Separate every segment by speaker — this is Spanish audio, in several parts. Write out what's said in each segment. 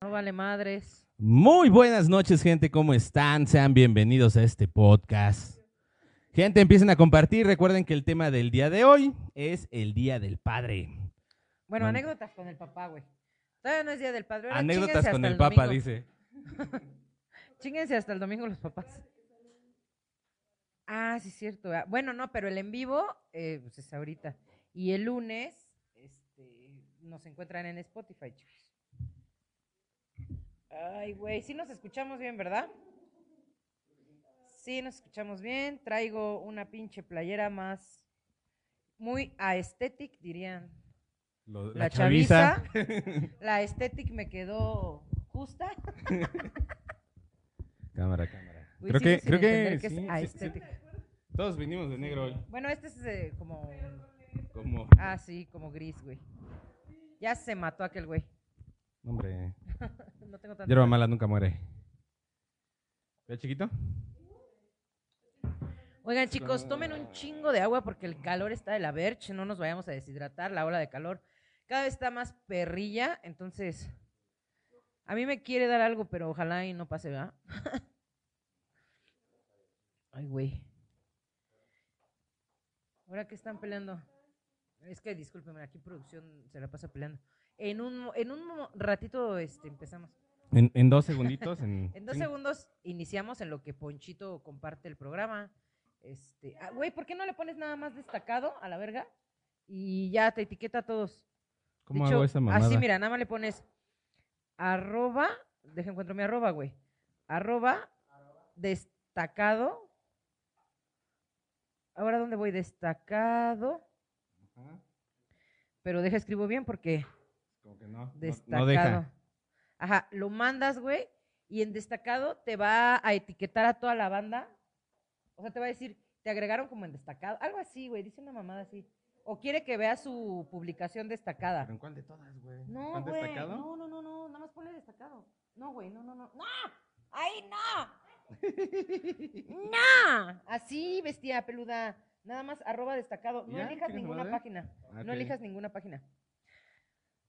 Speaker 1: vale madres.
Speaker 2: Muy buenas noches, gente. ¿Cómo están? Sean bienvenidos a este podcast. Gente, empiecen a compartir. Recuerden que el tema del día de hoy es el Día del Padre.
Speaker 1: Bueno,
Speaker 2: Man-
Speaker 1: anécdotas con el papá, güey. Todavía no es día del padre. ahora
Speaker 2: Anécdotas
Speaker 1: chínguense
Speaker 2: con
Speaker 1: hasta
Speaker 2: el Papa,
Speaker 1: domingo.
Speaker 2: dice.
Speaker 1: Chínguense hasta el domingo los papás. Ah, sí, es cierto. Ah, Bueno, no, pero el en vivo eh, pues es ahorita. Y el lunes este, nos encuentran en Spotify, chicos. Ay, güey, sí nos escuchamos bien, ¿verdad? Sí, nos escuchamos bien. Traigo una pinche playera más muy aesthetic, dirían.
Speaker 2: Lo-
Speaker 1: La chaviza. La aesthetic me quedó justa.
Speaker 2: Cámara, cámara.
Speaker 1: Güey, sigo
Speaker 2: creo que,
Speaker 1: sin
Speaker 2: creo que, este
Speaker 1: entender qué es
Speaker 2: sí, sí,
Speaker 1: aesthetic.
Speaker 2: sí. Todos vinimos de negro hoy.
Speaker 1: Bueno, este es eh, como.
Speaker 2: Como,
Speaker 1: Ah, sí, como gris, güey. Ya se mató aquel güey.
Speaker 2: hombre,
Speaker 1: No tengo tanto.
Speaker 2: hierba mala nunca muere. ¿Ve chiquito?
Speaker 1: Oigan, chicos, tomen un chingo de agua porque el calor está de la verge. No nos vayamos a deshidratar. La ola de calor cada vez está más perrilla. Entonces, a mí me quiere dar algo, pero ojalá y no pase, ¿verdad? Ay, güey. ¿Ahora qué están peleando? Es que discúlpenme, aquí producción se la pasa peleando. En un, mo- en un mo- ratito este, empezamos.
Speaker 2: En, en dos segunditos. En,
Speaker 1: En dos
Speaker 2: sí.
Speaker 1: segundos iniciamos en lo que Ponchito comparte el programa. Este, ah, güey, ¿por qué no le pones nada más destacado a la verga? Y ya te etiqueta a todos.
Speaker 2: ¿Cómo
Speaker 1: De
Speaker 2: hago
Speaker 1: hecho,
Speaker 2: esa mamada?
Speaker 1: Así, mira, nada más le pones arroba, deja encuentro mi arroba, güey. Arroba destacado. Ahora, ¿dónde voy? Destacado.
Speaker 2: Ajá.
Speaker 1: Pero deja escribo bien porque
Speaker 2: Como que no, no-
Speaker 1: destacado.
Speaker 2: no deja.
Speaker 1: Ajá, lo mandas, güey, y en destacado te va a etiquetar a toda la banda. O sea, te va a decir, te agregaron como en destacado, algo así, güey, dice una mamada así. O quiere que vea su publicación destacada.
Speaker 2: ¿Pero en cuál de todas, güey?
Speaker 1: No,
Speaker 2: ¿Cuál
Speaker 1: güey.
Speaker 2: destacado?
Speaker 1: No, no, no, no, nada más ponle destacado. No, güey, no, no, no. ¡No! ¡Ahí no! ¡No! Así, vestía peluda. Nada más arroba destacado. No
Speaker 2: Ya,
Speaker 1: elijas
Speaker 2: chinga su
Speaker 1: ninguna
Speaker 2: madre.
Speaker 1: página.
Speaker 2: Ah,
Speaker 1: No
Speaker 2: ok.
Speaker 1: elijas ninguna página.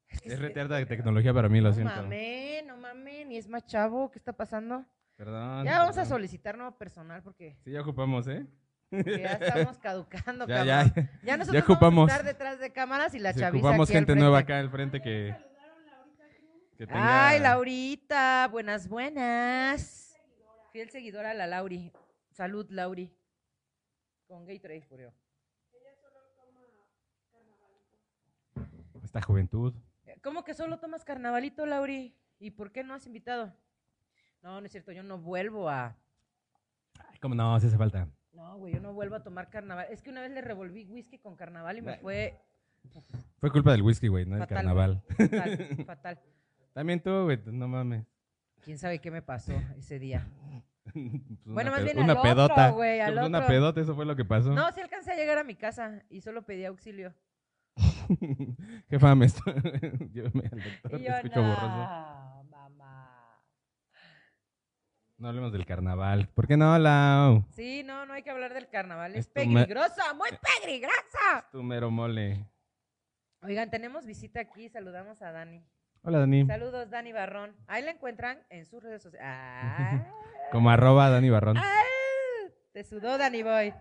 Speaker 1: que
Speaker 2: Es
Speaker 1: sí-
Speaker 2: retarda de tecnología para mí, lo
Speaker 1: no
Speaker 2: siento.
Speaker 1: mamen, no mamen, y es más chavo, ¿qué está pasando?
Speaker 2: Perdón.
Speaker 1: Ya vamos a
Speaker 2: perdón.
Speaker 1: solicitar nuevo personal porque
Speaker 2: Sí, ya ocupamos, ¿eh?
Speaker 1: porque ya estamos caducando,
Speaker 2: Ya,
Speaker 1: cabrón.
Speaker 2: ya.
Speaker 1: Ya, nosotros
Speaker 2: ocupamos.
Speaker 1: vamos a estar detrás de cámaras y la
Speaker 2: Sí,
Speaker 1: chaviza
Speaker 2: ocupamos
Speaker 1: aquí al
Speaker 2: gente
Speaker 1: frente.
Speaker 2: nueva acá al frente que. que tenga-
Speaker 1: Ay, Laurita, buenas, buenas. Fiel seguidora a la Lauri. Salud, Lauri. Con Gatorade, Furio.
Speaker 2: Esta juventud.
Speaker 1: ¿Cómo que solo tomas carnavalito, Lauri? ¿Y por qué no has invitado? No, no es cierto, yo no vuelvo a...
Speaker 2: Ay, ¿Cómo no? Sí hace falta.
Speaker 1: No, güey, yo no vuelvo a tomar carnaval. Es que una vez le revolví whisky con carnaval y me fue
Speaker 2: Fue culpa del whisky, güey, no del
Speaker 1: Fatal,
Speaker 2: carnaval.
Speaker 1: fatal, fatal.
Speaker 2: También tú, güey, no mames.
Speaker 1: ¿Quién sabe qué me pasó ese día?
Speaker 2: Pues una
Speaker 1: Bueno, más
Speaker 2: pe-
Speaker 1: bien
Speaker 2: una
Speaker 1: al otro,
Speaker 2: pedota.
Speaker 1: güey,
Speaker 2: Sí,
Speaker 1: al
Speaker 2: pues Una
Speaker 1: otro.
Speaker 2: pedota, eso fue lo que pasó.
Speaker 1: No, sí alcancé a llegar a mi casa y solo pedí auxilio.
Speaker 2: Jefa, me estoy. Llévame al doctor,
Speaker 1: Y
Speaker 2: te
Speaker 1: yo,
Speaker 2: escucho
Speaker 1: "No,
Speaker 2: borroso.
Speaker 1: mamá.
Speaker 2: No hablemos del carnaval. ¿Por qué no, Lau?
Speaker 1: Sí, no, no hay que hablar del carnaval. Es
Speaker 2: Esto me-
Speaker 1: peligrosa, muy peligrosa.
Speaker 2: Tu mero mole.
Speaker 1: Oigan, tenemos visita aquí. Saludamos a Dani.
Speaker 2: Hola, Dani.
Speaker 1: Saludos, Dani Barrón. Ahí la encuentran en sus redes sociales. Ah,
Speaker 2: Como arroba Dani Barrón.
Speaker 1: ah, te sudó, Dani Boy.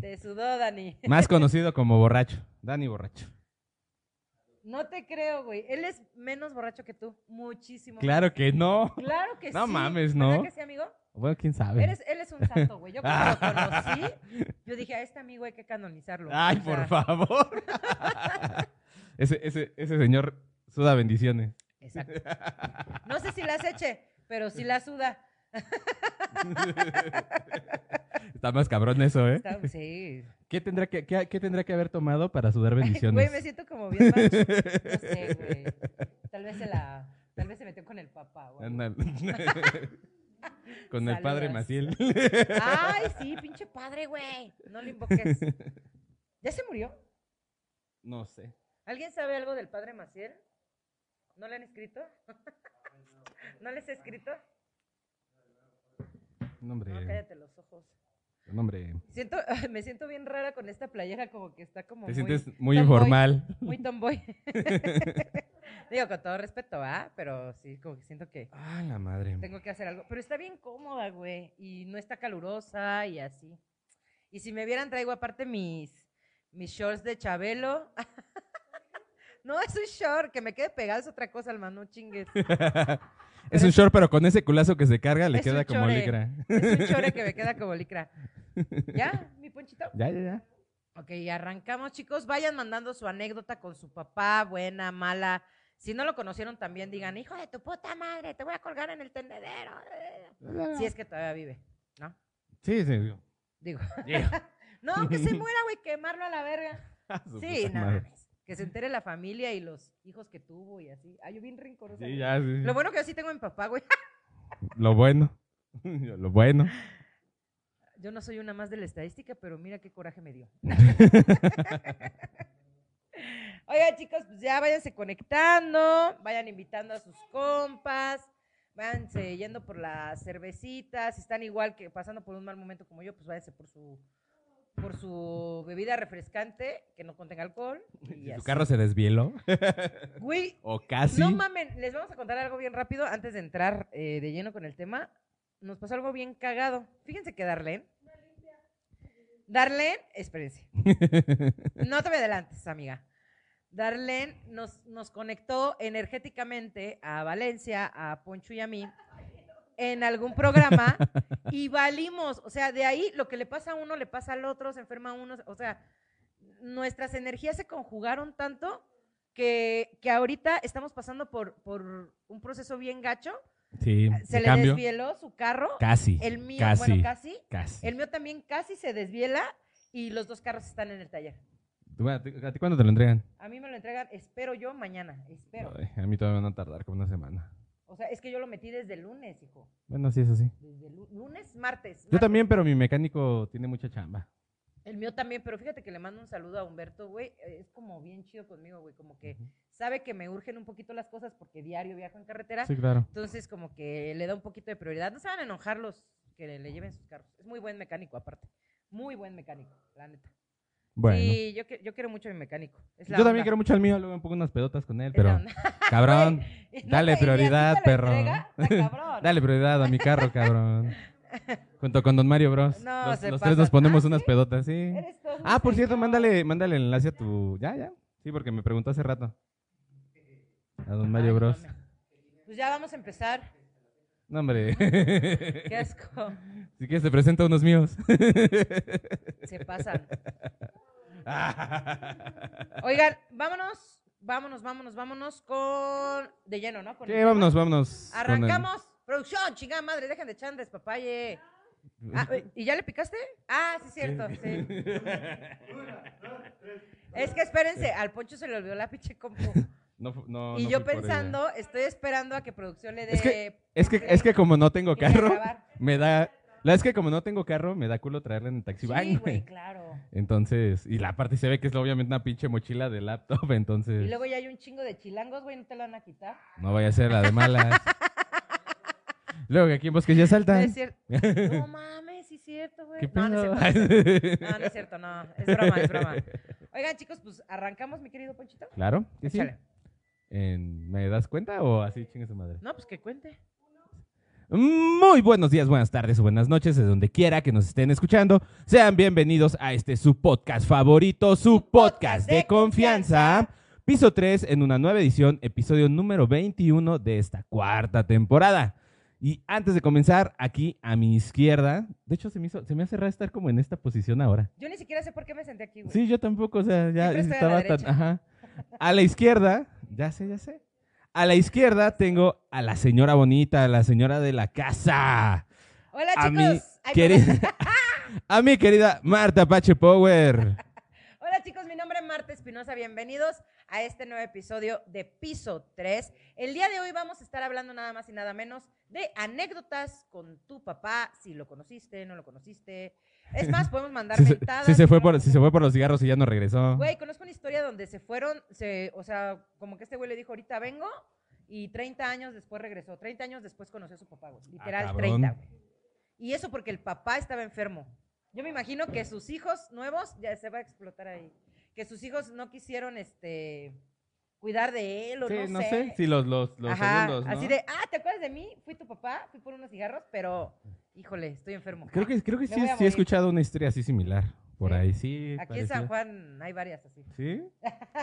Speaker 1: Te sudó, Dani.
Speaker 2: Más conocido como borracho. Dani borracho.
Speaker 1: No te creo, güey. Él es menos borracho que tú. Muchísimo.
Speaker 2: Claro que no.
Speaker 1: Claro que sí.
Speaker 2: No mames,
Speaker 1: ¿Verdad
Speaker 2: ¿no?
Speaker 1: que sí, amigo?
Speaker 2: Bueno, quién sabe.
Speaker 1: Eres, él es un santo, güey. Yo cuando lo conocí, yo dije, a este amigo hay que canonizarlo.
Speaker 2: Ay,
Speaker 1: O sea,
Speaker 2: por favor. ese, ese, ese señor suda bendiciones.
Speaker 1: Exacto. No sé si las eche, pero sí la suda.
Speaker 2: Está más cabrón eso, ¿eh?
Speaker 1: Está- Sí.
Speaker 2: ¿Qué tendrá que, qué, qué tendrá que haber tomado para sudar
Speaker 1: Güey,
Speaker 2: bendiciones?
Speaker 1: me siento como bien mal. No sé, güey. Tal vez se la... Tal vez se metió con el papá, güey.
Speaker 2: Ándale. Con el padre
Speaker 1: Saludas.
Speaker 2: Maciel.
Speaker 1: Ay, sí, pinche padre, güey. No lo invoques. ¿Ya se murió?
Speaker 2: no sé.
Speaker 1: ¿Alguien sabe algo del padre Maciel? ¿No le han escrito? ¿No les he escrito? No,
Speaker 2: Nombre.
Speaker 1: cállate los ojos.
Speaker 2: Nombre.
Speaker 1: Siento, me siento bien rara con esta playera, como que está como
Speaker 2: Te
Speaker 1: muy,
Speaker 2: sientes muy
Speaker 1: tomboy,
Speaker 2: informal.
Speaker 1: muy tomboy. Digo, con todo respeto, ¿ah? Pero sí, como que siento que
Speaker 2: Ah, la madre.
Speaker 1: tengo que hacer algo. Pero está bien cómoda, güey. Y no está calurosa y así. Y si me vieran, traigo aparte mis, mis shorts de Chabelo. no, es un short. Que me quede pegado es otra cosa, hermano. No chingues.
Speaker 2: es un short, pero con ese culazo que se carga le
Speaker 1: Es un eh.
Speaker 2: queda como
Speaker 1: chore.
Speaker 2: licra.
Speaker 1: Es un chore que me queda como licra. ¿Ya? ¿Mi ponchito?
Speaker 2: ya, ya, ya.
Speaker 1: Ok, arrancamos, chicos. Vayan mandando su anécdota con su papá, buena, mala. Si no lo conocieron también, digan, hijo de tu puta madre, te voy a colgar en el tendedero. Si es que todavía vive, ¿no?
Speaker 2: Sí, sí. digo.
Speaker 1: Digo,
Speaker 2: Digo,
Speaker 1: no, que se muera, güey, quemarlo a la verga.
Speaker 2: a su
Speaker 1: Sí,
Speaker 2: puta
Speaker 1: no
Speaker 2: madre.
Speaker 1: mames. Que se entere la familia y los hijos que tuvo y así. Ay, yo bien rencorosa.
Speaker 2: Sí,
Speaker 1: güey.
Speaker 2: ya, sí, sí.
Speaker 1: Lo bueno que yo sí tengo a mi papá, güey.
Speaker 2: Lo bueno. Yo, Lo bueno.
Speaker 1: Yo no soy una más de la estadística, pero mira qué coraje me dio. Oigan, chicos, pues ya váyanse conectando, vayan invitando a sus compas, váyanse yendo por las cervecitas, si están igual que pasando por un mal momento como yo, pues váyanse por su por su bebida refrescante que no contenga alcohol. Y
Speaker 2: Si
Speaker 1: así.
Speaker 2: tu carro se desvieló.
Speaker 1: Güey,
Speaker 2: O casi.
Speaker 1: no mamen, les vamos a contar algo bien rápido antes de entrar eh, de lleno con el tema. Nos pasó algo bien cagado. Fíjense que Darlene. Darlene, espérense. No te me adelantes, amiga. Darlene nos, nos conectó energéticamente a Valencia, a Poncho y a mí en algún programa y valimos. O sea, de ahí lo que le pasa a uno le pasa al otro, se enferma uno. O sea, nuestras energías se conjugaron tanto que, que ahorita estamos pasando por, por un proceso bien gacho.
Speaker 2: sí,
Speaker 1: Eh, Se
Speaker 2: en
Speaker 1: le
Speaker 2: cambio.
Speaker 1: desvieló su carro.
Speaker 2: Casi.
Speaker 1: El mío,
Speaker 2: casi.
Speaker 1: bueno, casi.
Speaker 2: Casi.
Speaker 1: El mío también casi se desviela y los dos carros están en el taller.
Speaker 2: Tú, ¿A ti a ti cuándo te lo entregan?
Speaker 1: A mí me lo entregan, espero yo mañana, espero.
Speaker 2: Ay, a mí todavía van a tardar como una semana.
Speaker 1: O sea, es que yo lo metí desde el lunes, hijo.
Speaker 2: Bueno, sí, eso sí.
Speaker 1: Desde el lu- lunes, martes.
Speaker 2: Yo
Speaker 1: martes.
Speaker 2: también, pero mi mecánico tiene mucha chamba.
Speaker 1: El mío también, pero fíjate que le mando un saludo a Humberto, güey. eh, Es como bien chido conmigo, güey. Como que
Speaker 2: Ujú.
Speaker 1: sabe que me urgen un poquito las cosas porque diario viajo en carretera.
Speaker 2: Sí, claro.
Speaker 1: Entonces, como que le da un poquito de prioridad. No se van a enojar los que le, le lleven sus carros. Es muy buen mecánico, aparte. Muy buen mecánico, la neta.
Speaker 2: Bueno.
Speaker 1: Sí, yo, que- yo quiero mucho a mi mecánico. Es la
Speaker 2: Yo también
Speaker 1: onda,
Speaker 2: quiero mucho al mío, luego me pongo unas pedotas con él,
Speaker 1: es la
Speaker 2: pero
Speaker 1: onda.
Speaker 2: cabrón,
Speaker 1: Y no
Speaker 2: dale
Speaker 1: te- y así
Speaker 2: prioridad,
Speaker 1: te lo
Speaker 2: perro.
Speaker 1: entrega, está cabrón.
Speaker 2: dale prioridad a mi carro, cabrón. Junto con Don Mario Bros.
Speaker 1: No,
Speaker 2: los
Speaker 1: se
Speaker 2: los tres nos
Speaker 1: pasan.
Speaker 2: ponemos
Speaker 1: Ah,
Speaker 2: unas
Speaker 1: ¿sí?
Speaker 2: pedotas, sí.
Speaker 1: Eres todo un
Speaker 2: Ah, por cierto,
Speaker 1: señor.
Speaker 2: mándale, mándale el enlace a tu. Ya, ya. Sí, porque me preguntó hace rato. A Don
Speaker 1: Ay,
Speaker 2: Mario
Speaker 1: no
Speaker 2: Bros.
Speaker 1: mames. Pues ya vamos a empezar.
Speaker 2: No, hombre.
Speaker 1: Qué asco.
Speaker 2: si quieres, te presento a unos míos.
Speaker 1: Se pasan. Oigan, vámonos, vámonos, vámonos, vámonos con. De lleno, ¿no? Con el
Speaker 2: Sí,
Speaker 1: tema.
Speaker 2: vámonos, vámonos. con el-
Speaker 1: Arrancamos. Producción, chingada madre, dejen de echar despapalle. Ah, ¿Y ya le picaste? Ah, sí, cierto. Sí. Es que espérense, al Poncho se le olvidó la pinche compu.
Speaker 2: No fu- no-
Speaker 1: Y
Speaker 2: no
Speaker 1: yo
Speaker 2: fui por ella.
Speaker 1: pensando, estoy esperando a que producción le dé.
Speaker 2: Es que- Es que, es que como no tengo
Speaker 1: Quiere
Speaker 2: carro,
Speaker 1: grabar.
Speaker 2: me da. La es que como no tengo carro, me da culo traerla en el taxi.
Speaker 1: Sí,
Speaker 2: van, güey.
Speaker 1: güey, claro.
Speaker 2: Entonces, y la parte se ve que es obviamente una pinche mochila de laptop, entonces
Speaker 1: Y luego ya hay un chingo de chilangos, güey, no te lo van a quitar.
Speaker 2: no vaya a ser la de malas. luego que aquí en Bosques ya
Speaker 1: No
Speaker 2: saltan.
Speaker 1: es cierto. No mames, sí es cierto, Pues güey.
Speaker 2: ¿Qué
Speaker 1: No, no es
Speaker 2: pedo?
Speaker 1: cierto, no es cierto. No, no es cierto, no. Es broma, es broma. Oigan, chicos, pues arrancamos, mi querido Ponchito.
Speaker 2: claro, que sí.
Speaker 1: Échale.
Speaker 2: En- ¿Me das cuenta o así chingue su madre?
Speaker 1: No, pues que cuente.
Speaker 2: Muy buenos días, buenas tardes o buenas noches, de donde quiera que nos estén escuchando. Sean bienvenidos a este su podcast favorito, su podcast de confianza. Piso 3 en una nueva edición, episodio número 21 de esta cuarta temporada. Y antes de comenzar, aquí a mi izquierda, de hecho se me, hizo, se me hace raro estar como en esta posición ahora.
Speaker 1: Yo ni siquiera sé por qué me senté aquí, güey.
Speaker 2: Sí, yo tampoco, o sea, ya
Speaker 1: Siempre estoy a
Speaker 2: estaba
Speaker 1: la
Speaker 2: tan...
Speaker 1: derecha.
Speaker 2: Ajá. A la izquierda, ya sé, ya sé. A la izquierda tengo a la señora bonita, a la señora de la casa.
Speaker 1: Hola,
Speaker 2: a
Speaker 1: chicos.
Speaker 2: mi
Speaker 1: Ay,
Speaker 2: querida... A mi querida Marta Pache Power.
Speaker 1: perdón. Hola, chicos. Mi nombre es Marta Espinosa. Bienvenidos a este nuevo episodio de Piso 3. El día de hoy vamos a estar hablando nada más y nada menos de anécdotas con tu papá, si lo conociste, no lo conociste. Es más, podemos mandar
Speaker 2: Si se,
Speaker 1: mentadas.
Speaker 2: sí se fue
Speaker 1: no lo
Speaker 2: por, sí se fue por los cigarros y ya no regresó.
Speaker 1: Güey, conozco una historia donde se fueron, se, o sea, como que este güey le dijo, ahorita vengo, y 30 años después regresó. 30 años después conoció a su papá, güey. Literal,
Speaker 2: Ah, cabrón.
Speaker 1: 30, güey. Y eso porque el papá estaba enfermo. Yo me imagino que sus hijos nuevos, ya se va a explotar ahí, que sus hijos no quisieron, este, cuidar de él o
Speaker 2: Sí,
Speaker 1: no,
Speaker 2: no sé. Sí, los, los, los
Speaker 1: Ajá,
Speaker 2: segundos, ¿no?
Speaker 1: Así de, ah, ¿te acuerdas de mí? Fui tu papá, fui por unos cigarros, pero híjole, estoy enfermo. Ah,
Speaker 2: Creo que, creo que sí,
Speaker 1: Me voy a
Speaker 2: sí he
Speaker 1: morir.
Speaker 2: escuchado una historia así similar. Por
Speaker 1: Sí.
Speaker 2: ahí, sí.
Speaker 1: Aquí en San
Speaker 2: parecía.
Speaker 1: Juan hay varias así.
Speaker 2: ¿Sí?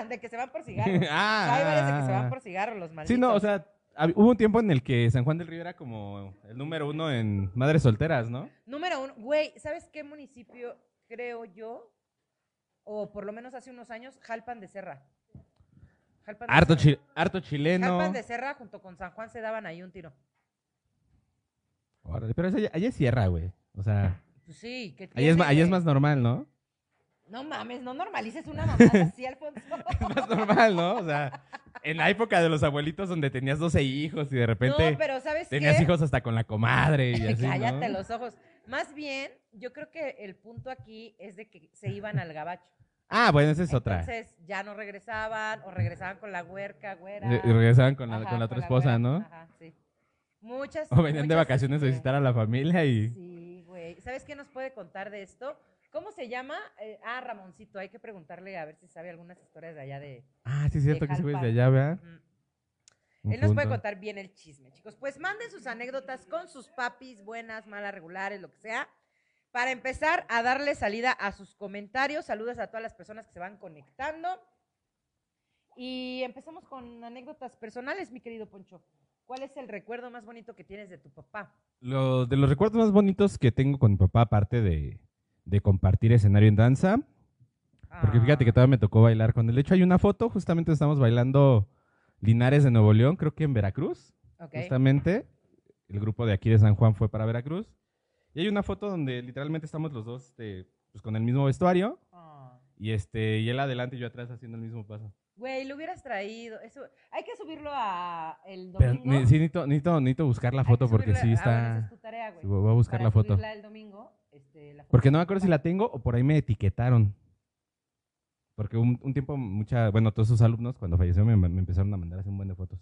Speaker 1: de que se van por cigarros.
Speaker 2: ah.
Speaker 1: hay varias de que se
Speaker 2: ah,
Speaker 1: van por cigarros los malditos.
Speaker 2: Sí, no, o sea, hab- hubo un tiempo en el que San Juan del Río era como el número uno en madres solteras, ¿no?
Speaker 1: Número uno, güey, ¿sabes qué municipio creo yo? O por lo menos hace unos años, Jalpan de Serra. Jalpan de
Speaker 2: Harto,
Speaker 1: Serra.
Speaker 2: chi- harto chileno.
Speaker 1: Jalpan de Serra junto con San Juan se daban ahí un tiro.
Speaker 2: Órale, pero esa ya- allá es sierra, güey. O sea,
Speaker 1: Pues sí, que
Speaker 2: allá es, ma-
Speaker 1: tiene,
Speaker 2: allá es
Speaker 1: güey?
Speaker 2: más normal, ¿no?
Speaker 1: No mames, no normalices una mamada así, Alfonso.
Speaker 2: Es más normal, ¿no? O sea, en la época de los abuelitos donde tenías 12 hijos y de repente
Speaker 1: no, pero ¿sabes
Speaker 2: tenías
Speaker 1: qué?
Speaker 2: hijos hasta con la comadre y así, ¿no?
Speaker 1: Cállate los ojos. Más bien, yo creo que el punto aquí es de que se iban al gabacho.
Speaker 2: Ah, bueno, esa es otra.
Speaker 1: Entonces ya no regresaban o regresaban con la huerca, güera.
Speaker 2: Re- Y regresaban con la,
Speaker 1: Ajá,
Speaker 2: con la otra
Speaker 1: güera,
Speaker 2: esposa, ¿no?
Speaker 1: Ajá, sí. Muchas.
Speaker 2: O venían de
Speaker 1: muchas,
Speaker 2: vacaciones a
Speaker 1: este,
Speaker 2: visitar a la familia y...
Speaker 1: Sí, güey. ¿Sabes qué nos puede contar de esto? ¿Cómo se llama? Eh, ah, Ramoncito. Hay que preguntarle a ver si sabe algunas historias de allá de. mm,
Speaker 2: Ah, sí es cierto
Speaker 1: de
Speaker 2: que ese güey es de
Speaker 1: Jalpan.
Speaker 2: allá, ¿verdad?
Speaker 1: Ujú.
Speaker 2: Un
Speaker 1: Él nos puede
Speaker 2: punto.
Speaker 1: contar bien el chisme, chicos. Pues manden sus anécdotas con sus papis, buenas, malas, regulares, lo que sea. Para empezar a darle salida a sus comentarios, saludos a todas las personas que se van conectando. Y empezamos con anécdotas personales, mi querido Poncho. ¿Cuál es el recuerdo más bonito que tienes de tu papá?
Speaker 2: Lo- de los recuerdos más bonitos que tengo con mi papá, aparte de, de compartir escenario en danza, porque fíjate que
Speaker 1: Ah,
Speaker 2: todavía me tocó bailar con él. De hecho, hay una foto, justamente estamos bailando Linares de Nuevo León, creo que en Veracruz,
Speaker 1: ok.
Speaker 2: justamente. El grupo de aquí de San Juan fue para Veracruz. Y hay una foto donde literalmente estamos los dos este, pues, con el mismo vestuario
Speaker 1: Ah.
Speaker 2: y, este, y él adelante y yo atrás haciendo el mismo paso.
Speaker 1: Güey, lo hubieras traído. Eso, hay que subirlo a el
Speaker 2: Pero
Speaker 1: domingo.
Speaker 2: ne- sí, necesito, necesito, necesito buscar la
Speaker 1: Hay que
Speaker 2: foto porque
Speaker 1: subirla- ah,
Speaker 2: sí
Speaker 1: bueno, esa
Speaker 2: está...
Speaker 1: es tu tarea, güey.
Speaker 2: sí, voy voy a buscar
Speaker 1: para
Speaker 2: la foto.
Speaker 1: subirla el domingo, este, la foto.
Speaker 2: Porque no me acuerdo si la tengo o por ahí me etiquetaron. Porque un, un tiempo, mucha, bueno, todos sus alumnos cuando falleció me, me empezaron a mandar así un buen de fotos.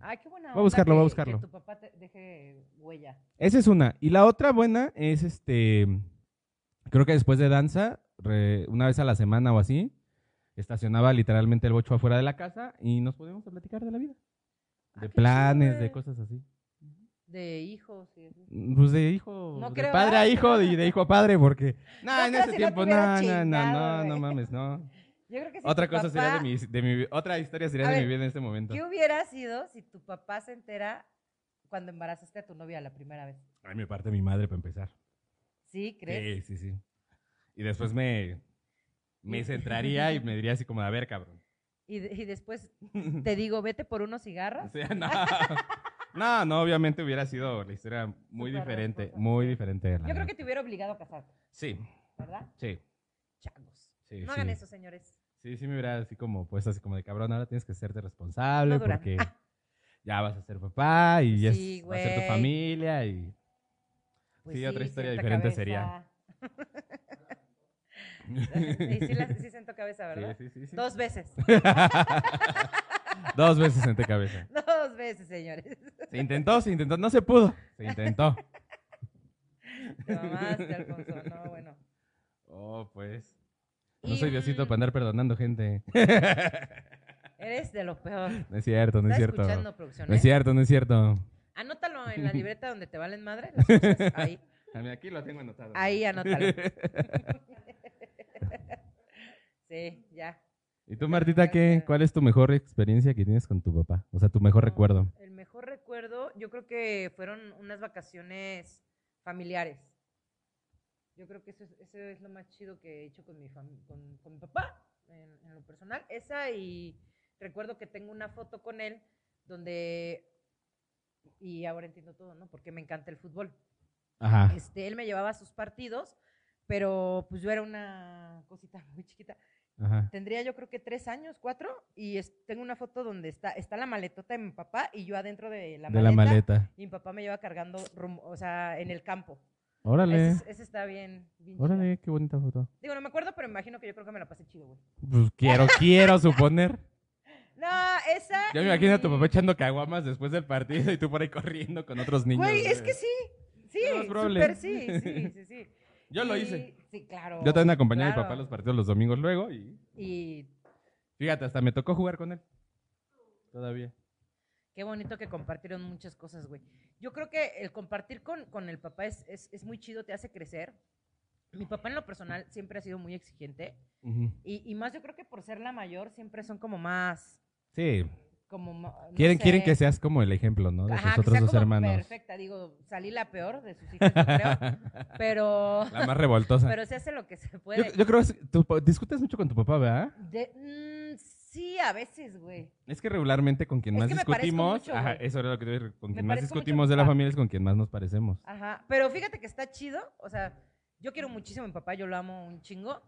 Speaker 1: Ay, Ah, qué buena
Speaker 2: Voy a
Speaker 1: onda
Speaker 2: buscarlo,
Speaker 1: que-
Speaker 2: voy a buscarlo.
Speaker 1: que tu papá te deje huella.
Speaker 2: Esa es una. Y la otra buena es este. Creo que después de danza, re- una vez a la semana o así, estacionaba literalmente el bocho afuera de la casa y nos podíamos a platicar de la vida.
Speaker 1: Ah,
Speaker 2: De
Speaker 1: qué
Speaker 2: planes,
Speaker 1: chido,
Speaker 2: de
Speaker 1: güey.
Speaker 2: cosas así.
Speaker 1: De hijos. y así.
Speaker 2: Pues de hijo,
Speaker 1: No
Speaker 2: de
Speaker 1: creo,
Speaker 2: padre a
Speaker 1: ¿verdad?
Speaker 2: hijo y de hijo a padre, porque. No,
Speaker 1: No
Speaker 2: en
Speaker 1: creo
Speaker 2: ese
Speaker 1: si no
Speaker 2: tiempo,
Speaker 1: te
Speaker 2: no,
Speaker 1: hubiera
Speaker 2: no, no, no,
Speaker 1: chingado,
Speaker 2: no
Speaker 1: güey.
Speaker 2: mames, no.
Speaker 1: Yo creo que si
Speaker 2: Otra
Speaker 1: tu
Speaker 2: cosa sería de
Speaker 1: papá-
Speaker 2: mi, de mi- otra historia sería
Speaker 1: A
Speaker 2: de mi
Speaker 1: ver,
Speaker 2: vida en este momento.
Speaker 1: ¿Qué hubiera sido si tu papá se entera cuando embarazaste a tu novia la primera vez?
Speaker 2: Ay, me parte mi madre para empezar.
Speaker 1: ¿Sí, crees?
Speaker 2: Sí, sí, sí. Y después me, me centraría y me diría así como, a ver, cabrón.
Speaker 1: Y, de- y después te digo, vete por unos
Speaker 2: O
Speaker 1: cigarros.
Speaker 2: sea, no. No, no, obviamente hubiera sido la historia muy
Speaker 1: Súper
Speaker 2: diferente,
Speaker 1: respetuosa,
Speaker 2: muy
Speaker 1: sí.
Speaker 2: diferente. la
Speaker 1: Yo creo
Speaker 2: verdad.
Speaker 1: que te hubiera obligado a casarte,
Speaker 2: Sí,
Speaker 1: ¿verdad?
Speaker 2: sí,
Speaker 1: Changos.
Speaker 2: sí.
Speaker 1: No
Speaker 2: sí.
Speaker 1: hagan eso, señores.
Speaker 2: Sí, sí me hubiera así como puesto así como de cabrón, ahora tienes que serte responsable
Speaker 1: No duran.
Speaker 2: porque ya vas a ser papá y ya
Speaker 1: Sí,
Speaker 2: es- va a ser tu
Speaker 1: güey.
Speaker 2: familia y...
Speaker 1: Pues
Speaker 2: Sí, otra historia
Speaker 1: sienta
Speaker 2: diferente sería.
Speaker 1: cabeza. y sí, la, sí sentó cabeza, ¿verdad?
Speaker 2: Sí, sí, sí, sí.
Speaker 1: Dos veces.
Speaker 2: Dos veces senté cabeza.
Speaker 1: Dos veces, señores.
Speaker 2: Se intentó, se intentó, no se pudo. Se intentó.
Speaker 1: Te mamaste, Alfonso. No, bueno.
Speaker 2: Oh, pues. No soy
Speaker 1: Y,
Speaker 2: Diosito
Speaker 1: mm,
Speaker 2: para andar perdonando gente.
Speaker 1: Eres de lo peor.
Speaker 2: No es cierto, no es
Speaker 1: ¿Estás
Speaker 2: cierto.
Speaker 1: escuchando producción?
Speaker 2: No es
Speaker 1: eh?
Speaker 2: cierto, no es cierto.
Speaker 1: Anótalo en la libreta donde te valen madre las cosas. Ahí,
Speaker 2: A mí aquí lo tengo anotado.
Speaker 1: ahí anótalo. Sí, ya.
Speaker 2: ¿Y tú, Martita, qué? ¿Cuál es tu mejor experiencia que tienes con tu papá? O sea, tu mejor
Speaker 1: No,
Speaker 2: recuerdo.
Speaker 1: El mejor recuerdo, yo creo que fueron unas vacaciones familiares. Yo creo que eso es, eso es lo más chido que he hecho con mi, fam- con, con mi papá, en, en lo personal. Esa y recuerdo que tengo una foto con él donde, y ahora entiendo todo, ¿no? Porque me encanta el fútbol.
Speaker 2: Ajá.
Speaker 1: Este, él me llevaba a sus partidos, pero pues yo era una cosita muy chiquita.
Speaker 2: Ajá.
Speaker 1: Tendría yo creo que tres años, cuatro, y es- tengo una foto donde está, está la maletota de mi papá y yo adentro de la
Speaker 2: de
Speaker 1: maleta.
Speaker 2: la maleta.
Speaker 1: Y mi papá me lleva cargando, rumbo- o sea, en el campo.
Speaker 2: Órale.
Speaker 1: Ese, es- ese está bien. bien chido.
Speaker 2: Órale, qué bonita foto.
Speaker 1: Digo, no me acuerdo, pero me imagino que yo creo que me la pasé chido, güey.
Speaker 2: Pues quiero, quiero suponer.
Speaker 1: No, esa.
Speaker 2: Ya me imagino a tu
Speaker 1: y-
Speaker 2: papá echando caguamas después del partido y tú por ahí corriendo con otros niños.
Speaker 1: Güey, es
Speaker 2: güey.
Speaker 1: que sí. Sí,
Speaker 2: Es lo más probable.
Speaker 1: súper sí, sí, sí, sí.
Speaker 2: Yo lo
Speaker 1: Y-
Speaker 2: hice.
Speaker 1: Sí, claro.
Speaker 2: Yo también acompañaba a mi
Speaker 1: claro.
Speaker 2: papá a los partidos los domingos luego y
Speaker 1: Y
Speaker 2: fíjate, hasta me tocó jugar con él. Todavía.
Speaker 1: Qué bonito que compartieron muchas cosas, güey. Yo creo que el compartir con, con el papá es, es, es muy chido, te hace crecer. Mi papá en lo personal siempre ha sido muy exigente.
Speaker 2: Ujú.
Speaker 1: Y, y más yo creo que por ser la mayor siempre son como más...
Speaker 2: Sí,
Speaker 1: Como, ma- no
Speaker 2: quieren, quieren
Speaker 1: sé.
Speaker 2: que seas como el ejemplo, ¿no? De
Speaker 1: Ajá,
Speaker 2: sus
Speaker 1: que
Speaker 2: otros
Speaker 1: sea
Speaker 2: dos
Speaker 1: como
Speaker 2: hermanos.
Speaker 1: Perfecta, digo, salí la peor de sus hijos, yo creo. Pero,
Speaker 2: La más revoltosa.
Speaker 1: pero se hace lo que se
Speaker 2: yo,
Speaker 1: puede.
Speaker 2: yo creo que tu pa- discutes mucho con tu papá, ¿verdad?
Speaker 1: De- mm, sí, a veces, güey.
Speaker 2: Es que regularmente con quien
Speaker 1: Es
Speaker 2: más
Speaker 1: que me parezco
Speaker 2: discutimos,
Speaker 1: mucho,
Speaker 2: ajá,
Speaker 1: güey.
Speaker 2: eso era lo que te iba a decir, con
Speaker 1: Me
Speaker 2: quien más
Speaker 1: parezco mucho a mi
Speaker 2: discutimos de la
Speaker 1: papá. Ah,
Speaker 2: familia es con quien más nos parecemos.
Speaker 1: Ajá. Pero fíjate que está chido. O sea, yo quiero muchísimo a mi papá, yo lo amo un chingo.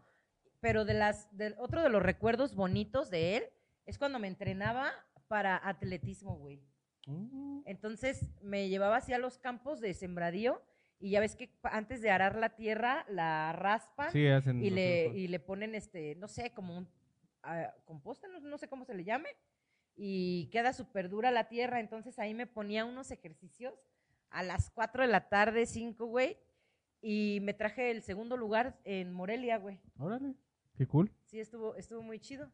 Speaker 1: Pero de las, del otro de los recuerdos bonitos de él es cuando me entrenaba para atletismo, güey.
Speaker 2: Mm.
Speaker 1: Entonces me llevaba así a los campos de sembradío y ya ves que pa- antes de arar la tierra la raspan
Speaker 2: Sí, hacen
Speaker 1: y
Speaker 2: los
Speaker 1: le,
Speaker 2: otros.
Speaker 1: y le ponen este, no sé, como un ah, composta, no, no sé cómo se le llame, y queda súper dura la tierra. Entonces ahí me ponía unos ejercicios a las 4 de la tarde, 5, güey, y me traje el segundo lugar en Morelia, güey.
Speaker 2: Órale, qué cool.
Speaker 1: Sí, estuvo, estuvo muy chido.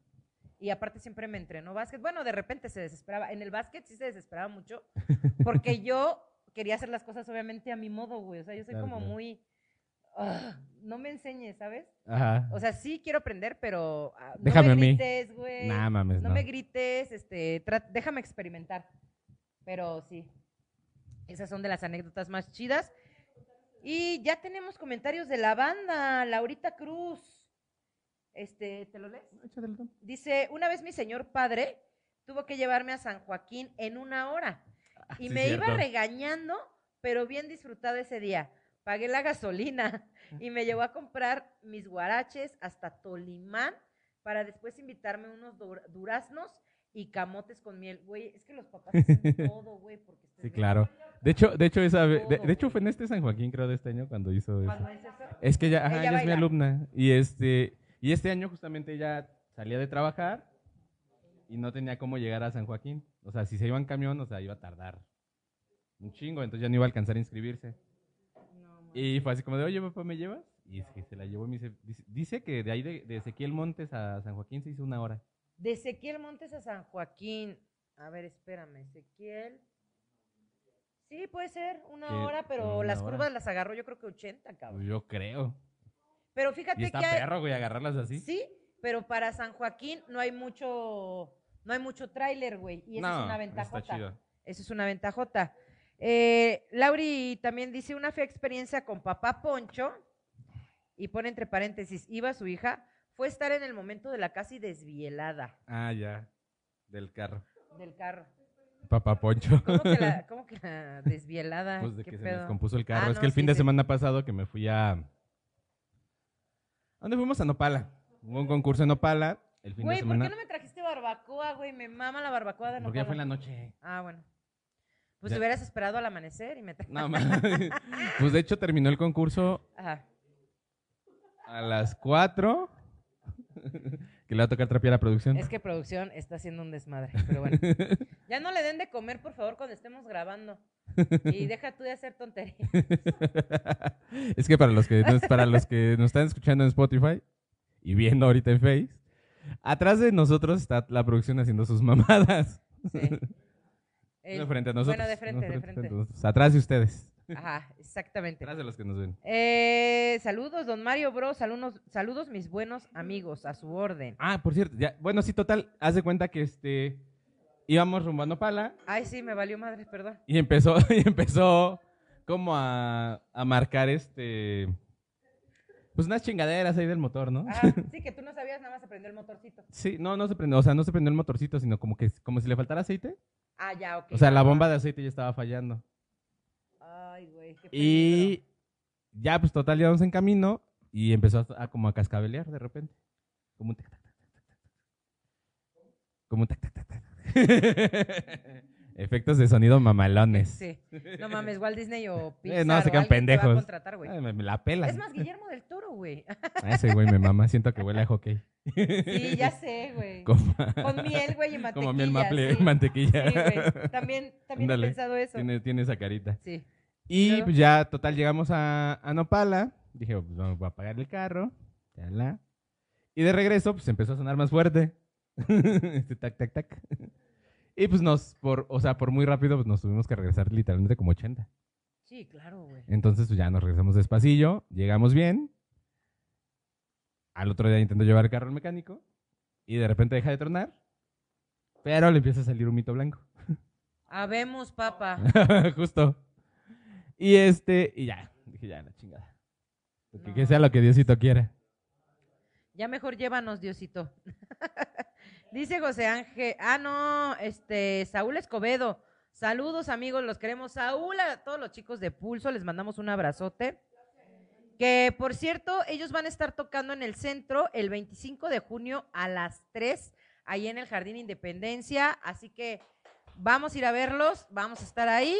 Speaker 1: Y aparte siempre me entrenó básquet. Bueno, de repente se desesperaba. En el básquet sí se desesperaba mucho, porque yo quería hacer las cosas obviamente a mi modo, güey. O sea, yo soy
Speaker 2: Claro,
Speaker 1: como
Speaker 2: claro.
Speaker 1: muy... "Ah, no me enseñes, ¿sabes?
Speaker 2: Ajá.
Speaker 1: O sea, sí quiero aprender, pero ah,
Speaker 2: Déjame a
Speaker 1: no me
Speaker 2: mí.
Speaker 1: grites, güey.
Speaker 2: Nah, mames,
Speaker 1: no,
Speaker 2: no.
Speaker 1: me grites, este, tra- déjame experimentar. Pero sí. Esas son de las anécdotas más chidas. Y ya tenemos comentarios de la banda, Laurita Cruz. Este, ¿te lo lees?
Speaker 2: Échatelo tú.
Speaker 1: Dice, una vez mi señor padre tuvo que llevarme a San Joaquín en una hora y
Speaker 2: Ah, sí,
Speaker 1: me iba
Speaker 2: cierto.
Speaker 1: regañando, pero bien disfrutado ese día. Pagué la gasolina y me llevó a comprar mis guaraches hasta Tolimán para después invitarme unos dur- duraznos y camotes con miel. Güey, es que los papás hacen todo, güey, porque... se
Speaker 2: Sí,
Speaker 1: ve-
Speaker 2: claro. De hecho, de hecho, esa, ve- de,
Speaker 1: Todo,
Speaker 2: de hecho
Speaker 1: güey.
Speaker 2: fue en este San Joaquín, creo, de este año cuando hizo eso.
Speaker 1: Cuando es eso,
Speaker 2: Es que ella, ajá,
Speaker 1: Ella
Speaker 2: ella es mi
Speaker 1: baila.
Speaker 2: alumna. Y este, y este año justamente ella salía de trabajar y no tenía cómo llegar a San Joaquín. O sea, si se iba en camión, o sea, iba a tardar un chingo, entonces ya no iba a alcanzar a inscribirse.
Speaker 1: no, man.
Speaker 2: Y fue así como de, oye, papá, ¿me llevas? Y es que se la llevó y me dice, dice, dice que de ahí de, de Ezequiel Montes a San Joaquín se hizo una hora.
Speaker 1: De Ezequiel Montes a San Joaquín. A ver, espérame, Ezequiel. Sí, puede ser una
Speaker 2: Que-
Speaker 1: hora, pero
Speaker 2: Eh, una
Speaker 1: las
Speaker 2: hora.
Speaker 1: curvas las agarró yo creo que 80, cabrón.
Speaker 2: Pues Yo creo.
Speaker 1: Pero fíjate
Speaker 2: Y está
Speaker 1: que hay-
Speaker 2: perro, güey, agarrarlas así.
Speaker 1: sí, pero para San Joaquín no hay mucho no hay mucho tráiler, güey, y eso
Speaker 2: No,
Speaker 1: es una
Speaker 2: está
Speaker 1: ventajota.
Speaker 2: chido.
Speaker 1: Eso es una ventajota. Eh, Lauri también dice una fea experiencia con papá Poncho, y pone entre paréntesis, iba su hija, fue estar en el momento de la casi desvielada
Speaker 2: Ah, ya. Del carro.
Speaker 1: del carro.
Speaker 2: Papá Poncho.
Speaker 1: ¿Cómo que la, cómo que la desvielada?
Speaker 2: Pues de
Speaker 1: ¿Qué
Speaker 2: que se me
Speaker 1: pedo?
Speaker 2: descompuso el carro.
Speaker 1: Ah,
Speaker 2: es
Speaker 1: no,
Speaker 2: que el
Speaker 1: sí,
Speaker 2: fin de
Speaker 1: sí.
Speaker 2: semana pasado que me fui a. ¿A dónde fuimos? A Nopala. Hubo un concurso en Nopala. El fin
Speaker 1: Güey,
Speaker 2: de
Speaker 1: ¿por
Speaker 2: semana.
Speaker 1: qué no me trajiste barbacoa, güey? Me mama la barbacoa de
Speaker 2: Porque ya fue en
Speaker 1: Nopala.
Speaker 2: la noche.
Speaker 1: Ah, bueno. Pues
Speaker 2: Ya.
Speaker 1: hubieras esperado al amanecer y me tra-
Speaker 2: Nada más. pues de hecho terminó el concurso
Speaker 1: Ajá.
Speaker 2: a las 4. que le va a tocar trapear a la producción.
Speaker 1: Es que producción está haciendo un desmadre, pero bueno. Ya no le den de comer, por favor, cuando estemos grabando. Y deja tú de hacer tonterías.
Speaker 2: es que para los que nos, para los que nos están escuchando en Spotify y viendo ahorita en Face, atrás de nosotros está la producción haciendo sus mamadas.
Speaker 1: Sí. ¿eh? El-
Speaker 2: de frente a nosotros.
Speaker 1: Eh, Bueno, de frente,
Speaker 2: no
Speaker 1: de frente.
Speaker 2: a nosotros, atrás de ustedes.
Speaker 1: Ajá, exactamente.
Speaker 2: Atrás de los que nos ven.
Speaker 1: Eh, saludos, don Mario Bros. Saludos, saludos, mis buenos amigos, a su orden.
Speaker 2: Ah, por cierto, ya, bueno, sí, total, haz de cuenta que este íbamos rumbo a Nopala
Speaker 1: Ay, sí, me valió madre, perdón.
Speaker 2: y empezó, y empezó como a, a marcar este pues unas chingaderas ahí del motor, ¿no?
Speaker 1: Ah, sí, que tú no sabías, nada más se prendió el motorcito.
Speaker 2: Sí, no, no se prendió, o sea, no se prendió el motorcito, sino como que como si le faltara aceite.
Speaker 1: Ah, ya, ok.
Speaker 2: O sea, la bomba de aceite ya estaba fallando.
Speaker 1: Ay, güey, qué
Speaker 2: Y ya, pues total, ya vamos en camino y empezó a, a como a cascabelear de repente. Como un tac, tac, tac, tac, tac, tac. Como un tac, tac, tac, tac, tac. Efectos de sonido
Speaker 1: peligro.
Speaker 2: mamalones.
Speaker 1: Sí. No mames, Walt Disney o Pixar.
Speaker 2: Eh, no, se
Speaker 1: o
Speaker 2: quedan
Speaker 1: alguien te va a
Speaker 2: pendejos.
Speaker 1: contratar, güey.
Speaker 2: Ay, me, me la pela.
Speaker 1: Es más, Guillermo del Toro, güey.
Speaker 2: ese güey me mama. Siento que huele a hockey.
Speaker 1: Sí, ya sé, güey.
Speaker 2: Como,
Speaker 1: Con miel, güey, y mantequilla.
Speaker 2: como miel maple,
Speaker 1: sí.
Speaker 2: mantequilla.
Speaker 1: Sí, güey. También, también he
Speaker 2: Ándale.
Speaker 1: pensado eso.
Speaker 2: tiene, tiene esa carita.
Speaker 1: Sí.
Speaker 2: Y
Speaker 1: Luego.
Speaker 2: pues ya, total, llegamos a, a Nopala. Dije, pues vamos, voy a apagar el carro. chala. Y de regreso, pues empezó a sonar más fuerte. este tac, tac, tac. Y pues nos, por, o sea, por muy rápido, pues nos tuvimos que regresar literalmente como 80.
Speaker 1: Sí, claro, güey.
Speaker 2: Entonces pues, ya nos regresamos despacillo, llegamos bien. Al otro día intento llevar el carro al mecánico y de repente deja de tronar, pero le empieza a salir un mito blanco.
Speaker 1: Habemos, papa.
Speaker 2: Justo. Y este, y ya, dije ya, la chingada. Porque
Speaker 1: No.
Speaker 2: que sea lo que Diosito quiera.
Speaker 1: Ya mejor llévanos, Diosito. Dice José Ángel. Ah, no, este, Saúl Escobedo. Saludos, amigos, los queremos. Saúl, a todos los chicos de Pulso, les mandamos un abrazote. Que, por cierto, ellos van a estar tocando en el centro el 25 de junio a las 3, ahí en el Jardín Independencia. Así que vamos a ir a verlos, vamos a estar ahí.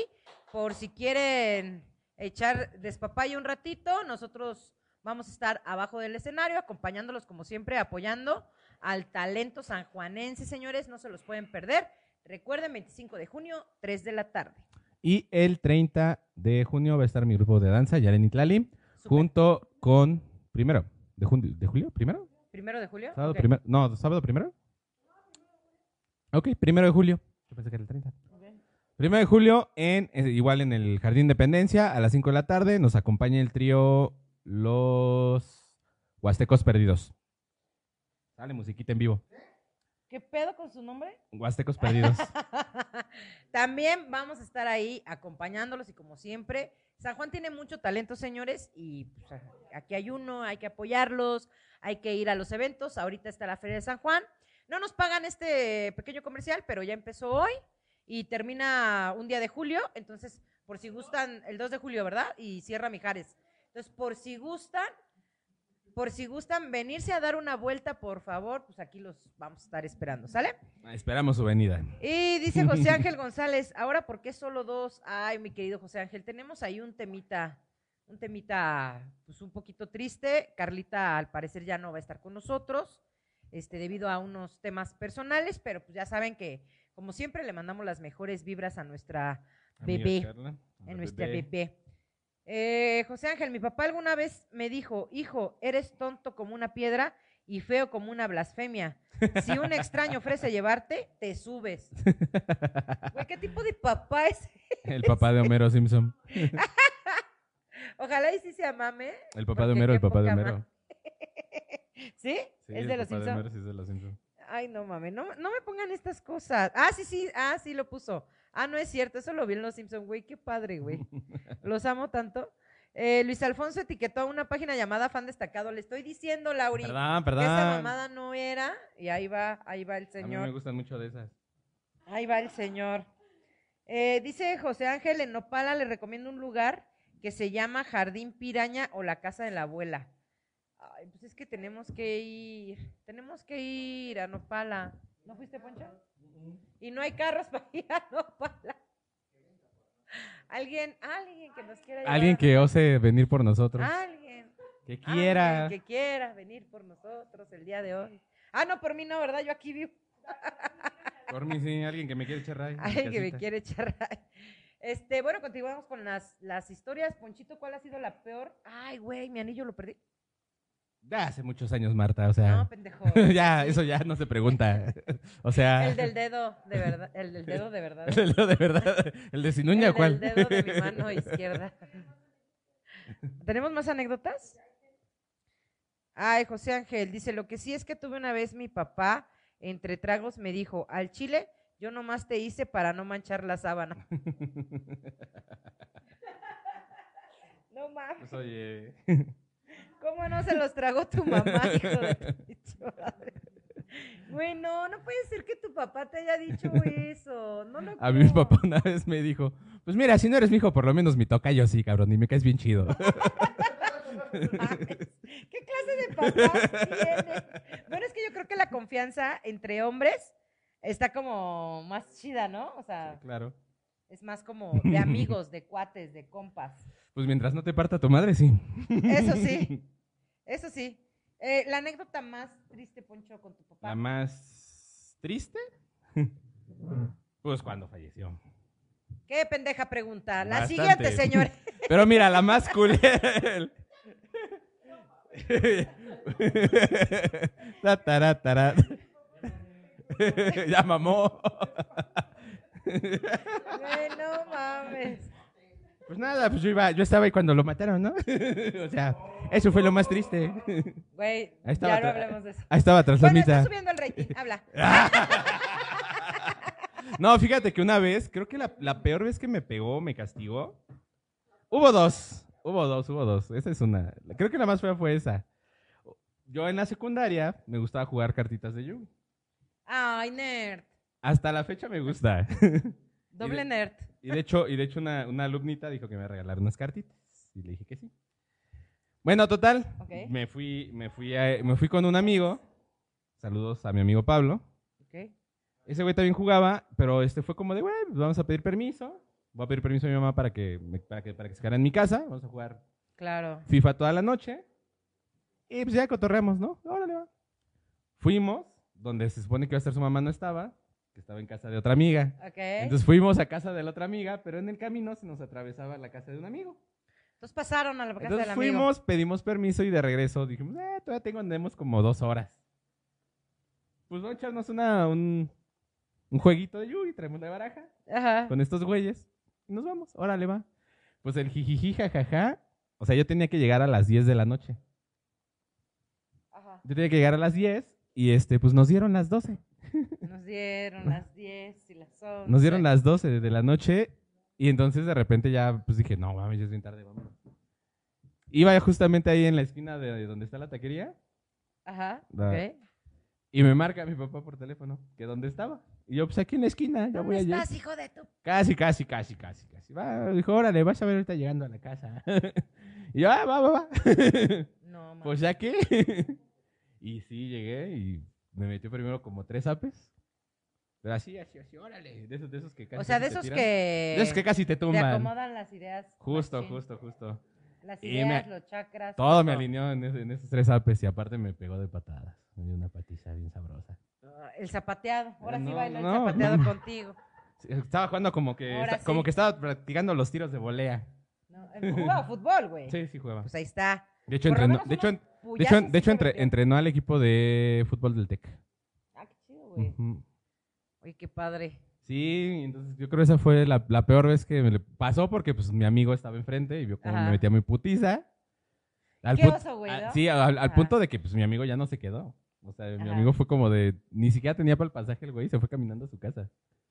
Speaker 1: Por si quieren echar despapaya un ratito, nosotros Vamos a estar abajo del escenario, acompañándolos como siempre, apoyando al talento sanjuanense, señores, no se los pueden perder. Recuerden, 25 de junio, 3 de la tarde.
Speaker 2: Y el 30 de junio va a estar mi grupo de danza, Yaren y Tlali,
Speaker 1: Súper.
Speaker 2: junto con, primero, de, jun- de julio, primero,
Speaker 1: ¿Primero de julio?
Speaker 2: sábado
Speaker 1: Ok.
Speaker 2: primero, no, sábado primero. Ok, primero de julio. Yo pensé que era el 30.
Speaker 1: Ok.
Speaker 2: Primero de julio, en, eh, igual en el Jardín Independencia, a las 5 de la tarde, nos acompaña el trío Los Huastecos Perdidos. Sale musiquita en vivo.
Speaker 1: ¿Qué pedo con su nombre?
Speaker 2: Huastecos Perdidos.
Speaker 1: También vamos a estar ahí acompañándolos y como siempre, San Juan tiene mucho talento, señores, y pues, a- aquí hay uno, hay que apoyarlos, hay que ir a los eventos. Ahorita está la Feria de San Juan. No nos pagan este pequeño comercial, pero ya empezó hoy y termina un día de julio, entonces por si gustan, el 2 de julio, ¿verdad? Y cierra Mijares. Entonces, por si gustan, por si gustan venirse a dar una vuelta, por favor, pues aquí los vamos a estar esperando, ¿sale?
Speaker 2: Esperamos su venida.
Speaker 1: Y dice José Ángel González, ahora ¿por qué solo dos? Ay, mi querido José Ángel, tenemos ahí un temita, un temita pues un poquito triste. Carlita al parecer ya no va a estar con nosotros, este, debido a unos temas personales, pero pues ya saben que, como siempre, le mandamos las mejores vibras a nuestra Bebé. en nuestra bebé. Eh, José Ángel, mi papá alguna vez me dijo, hijo, eres tonto como una piedra y feo como una blasfemia. Si un extraño ofrece llevarte, te subes. Güey, ¿qué tipo de papá es?
Speaker 2: El papá de Homero Simpson.
Speaker 1: Ojalá y sí se amame.
Speaker 2: El papá de
Speaker 1: Porque
Speaker 2: Homero,
Speaker 1: qué
Speaker 2: el papá de
Speaker 1: poca
Speaker 2: Homero.
Speaker 1: madre. ¿Sí?
Speaker 2: Sí,
Speaker 1: es
Speaker 2: el
Speaker 1: de los
Speaker 2: papá
Speaker 1: Simpson.
Speaker 2: Homero sí es de los Simpson.
Speaker 1: Ay, no mames, no, no me pongan estas cosas. Ah, sí, sí, ah, sí lo puso. Ah, no es cierto, eso lo vi en Los Simpson, güey, qué padre, güey. Los amo tanto. Eh, Luis Alfonso etiquetó a una página llamada Fan Destacado. Le estoy diciendo, Lauri, que
Speaker 2: Perdón, perdón.
Speaker 1: esa mamada no era. Y ahí va, ahí va el
Speaker 2: A mí me
Speaker 1: señor.
Speaker 2: gustan mucho de esas.
Speaker 1: Ahí va el señor. Eh, dice José Ángel, en Nopala le recomiendo un lugar que se llama Jardín Piraña o la Casa de la Abuela. Ay, pues es que tenemos que ir, tenemos que ir a Nopala. ¿No fuiste, Poncho? Y no hay carros para ir a Nopala. Alguien, alguien que nos quiera llevar
Speaker 2: Alguien
Speaker 1: a
Speaker 2: que ose venir por nosotros.
Speaker 1: Nopala. Alguien.
Speaker 2: que
Speaker 1: Ah, alguien
Speaker 2: quiera.
Speaker 1: que quiera venir por nosotros el día de hoy. Ah, no, por mí no, ¿verdad? Yo aquí vivo.
Speaker 2: Por mí sí, alguien que me quiere echar ray. en mi
Speaker 1: Alguien que me
Speaker 2: casita.
Speaker 1: quiere echar. ra- Este, bueno, continuamos con las, las historias. Ponchito, ¿cuál ha sido la peor? Ay, güey, mi anillo lo perdí.
Speaker 2: Ya hace muchos años, Marta, o
Speaker 1: No,
Speaker 2: sea.
Speaker 1: pendejo.
Speaker 2: ya, eso ya no se pregunta. O sea.
Speaker 1: El del dedo, de verdad. El del dedo, de verdad.
Speaker 2: el del dedo de verdad. El de
Speaker 1: El
Speaker 2: Sinuña,
Speaker 1: del
Speaker 2: ¿cuál?
Speaker 1: dedo de mi mano izquierda. ¿Tenemos más anécdotas? Ay, José Ángel, dice, lo que sí es que tuve una vez mi papá, entre tragos, me dijo, al chile, yo nomás te hice para no manchar la sábana. No mames.
Speaker 2: Pues, oye.
Speaker 1: ¿Cómo no se los tragó tu mamá, hijo de tu pinche madre? Güey, no, no puede ser que tu papá te haya dicho eso. No lo
Speaker 2: A mí mi
Speaker 1: creo.
Speaker 2: papá una vez me dijo: Pues mira, si no eres mi hijo, por lo menos mi toca yo sí, cabrón. Y me caes bien chido.
Speaker 1: No mames. ¿Qué clase de papás tienes? Bueno, es que yo creo que la confianza entre hombres está como más chida, ¿no? O sea,
Speaker 2: claro.
Speaker 1: es más como de amigos, de cuates, de compas.
Speaker 2: Pues mientras no te parta tu madre, sí.
Speaker 1: Eso sí. Eso sí. Eh, la anécdota más triste, Poncho, con tu papá.
Speaker 2: La más triste. Pues cuando falleció.
Speaker 1: Qué pendeja pregunta. La
Speaker 2: Bastante.
Speaker 1: siguiente, señores.
Speaker 2: Pero mira, la más culera. Ta, tará, tará. ya mamó.
Speaker 1: Güey, no mames.
Speaker 2: Pues nada, pues yo iba, yo estaba ahí cuando lo mataron, ¿no? o sea, eso fue lo más triste.
Speaker 1: Güey,
Speaker 2: Ahí
Speaker 1: ya
Speaker 2: estaba
Speaker 1: no
Speaker 2: tra-
Speaker 1: hablemos de eso.
Speaker 2: Ahí estaba tras la
Speaker 1: Bueno, está
Speaker 2: mitad.
Speaker 1: subiendo el rating, habla.
Speaker 2: No, fíjate que una vez, creo que la, la peor vez que me pegó, me castigó. Hubo dos, hubo dos, hubo dos. Esa es una. Creo que la más fea fue esa. Yo en la secundaria me gustaba jugar cartitas de Yu.
Speaker 1: Ay, nerd.
Speaker 2: Hasta la fecha me gusta.
Speaker 1: Doble
Speaker 2: Y de-
Speaker 1: nerd.
Speaker 2: Y de hecho, y de hecho una, una alumnita dijo que me iba a regalar unas cartitas. Y le dije que sí. Bueno, total.
Speaker 1: Ok.
Speaker 2: Me, fui, me, fui a- me fui con un amigo. Saludos a mi amigo Pablo.
Speaker 1: Ok.
Speaker 2: Ese güey también jugaba, pero este fue como de, güey, pues vamos a pedir permiso. Voy a pedir permiso a mi mamá para que, me- para que, para que se quedara en mi casa. Vamos a jugar
Speaker 1: Claro.
Speaker 2: FIFA toda la noche. Y pues ya cotorreamos, ¿no? Órale, va. Fuimos, donde se supone que iba a estar su mamá, no estaba, que estaba en casa de otra amiga.
Speaker 1: Ok. Entonces,
Speaker 2: Entonces fuimos a casa de la otra amiga, pero en el camino se nos atravesaba la casa de un amigo.
Speaker 1: pasaron a la casa
Speaker 2: Entonces
Speaker 1: del amigo.
Speaker 2: fuimos, pedimos permiso y de regreso dijimos, eh, todavía tengo, andemos como dos horas. Pues vamos a echarnos una, un, un jueguito de Yu y traemos la baraja
Speaker 1: Ajá.
Speaker 2: con estos güeyes. Y nos vamos, órale, va. Pues el jijiji, jajaja. O sea, yo tenía que llegar a las 10 de la noche.
Speaker 1: Ajá.
Speaker 2: Yo tenía que llegar a las 10 y este, pues nos dieron las 12.
Speaker 1: Nos dieron las 10 y las 11.
Speaker 2: Nos dieron las 12 de la noche y entonces de repente ya pues dije, no mames, ya es bien tarde, vámonos. Iba justamente ahí en la esquina de donde está la taquería
Speaker 1: Ajá.
Speaker 2: Da.
Speaker 1: Ok.
Speaker 2: y me marca mi papá por teléfono, que dónde estaba. Y yo pues aquí en la esquina, ya voy
Speaker 1: ¿Dónde
Speaker 2: a llegar.
Speaker 1: estás, hijo de tu?
Speaker 2: Casi, casi, casi, casi, casi. Va, dijo, órale, vas a ver ahorita llegando a la casa. y yo, ah, va, va, va.
Speaker 1: No, mames.
Speaker 2: pues ya que. y sí, llegué y me metió primero como tres apes. Pero así, así, así, órale. De esos, de esos que casi
Speaker 1: o sea,
Speaker 2: casi
Speaker 1: de
Speaker 2: te
Speaker 1: esos
Speaker 2: tiran.
Speaker 1: que.
Speaker 2: De esos que casi te
Speaker 1: Te
Speaker 2: tumban.
Speaker 1: acomodan las ideas.
Speaker 2: Justo,
Speaker 1: machín.
Speaker 2: justo, justo.
Speaker 1: Las
Speaker 2: Y
Speaker 1: ideas,
Speaker 2: me-
Speaker 1: los chakras.
Speaker 2: Todo me alineó en, ese- en esos tres apes y aparte me pegó de patadas. Me dio una patiza bien sabrosa.
Speaker 1: Ah, El zapateado. Ahora sí
Speaker 2: No,
Speaker 1: bailo
Speaker 2: no,
Speaker 1: el zapateado
Speaker 2: no.
Speaker 1: contigo.
Speaker 2: Sí, Estaba jugando como que,
Speaker 1: Ahora
Speaker 2: esta- como
Speaker 1: sí.
Speaker 2: que estaba practicando los tiros de volea.
Speaker 1: No, eh, jugaba fútbol, güey.
Speaker 2: Sí, sí jugaba.
Speaker 1: Pues ahí está.
Speaker 2: De hecho,
Speaker 1: Por lo
Speaker 2: entrenó,
Speaker 1: menos
Speaker 2: de hecho,
Speaker 1: unos
Speaker 2: en- de hecho,
Speaker 1: puyazos
Speaker 2: de hecho
Speaker 1: sí se
Speaker 2: entre-
Speaker 1: metió.
Speaker 2: entrenó al equipo de fútbol del TEC.
Speaker 1: Ah, qué chido, güey.
Speaker 2: Ujú.
Speaker 1: Oye, qué padre.
Speaker 2: Sí, entonces yo creo que esa fue la, la peor vez que me le pasó porque pues mi amigo estaba enfrente y vio cómo
Speaker 1: Ajá.
Speaker 2: me metía mi putiza. Al
Speaker 1: Qué
Speaker 2: pun-
Speaker 1: oso, güey,
Speaker 2: al-
Speaker 1: ¿no?
Speaker 2: Sí, al, al
Speaker 1: Ajá.
Speaker 2: punto de que pues mi amigo ya no se quedó. O sea, mi
Speaker 1: Ajá.
Speaker 2: amigo fue como de, ni siquiera tenía para el pasaje el güey, se fue caminando a su casa.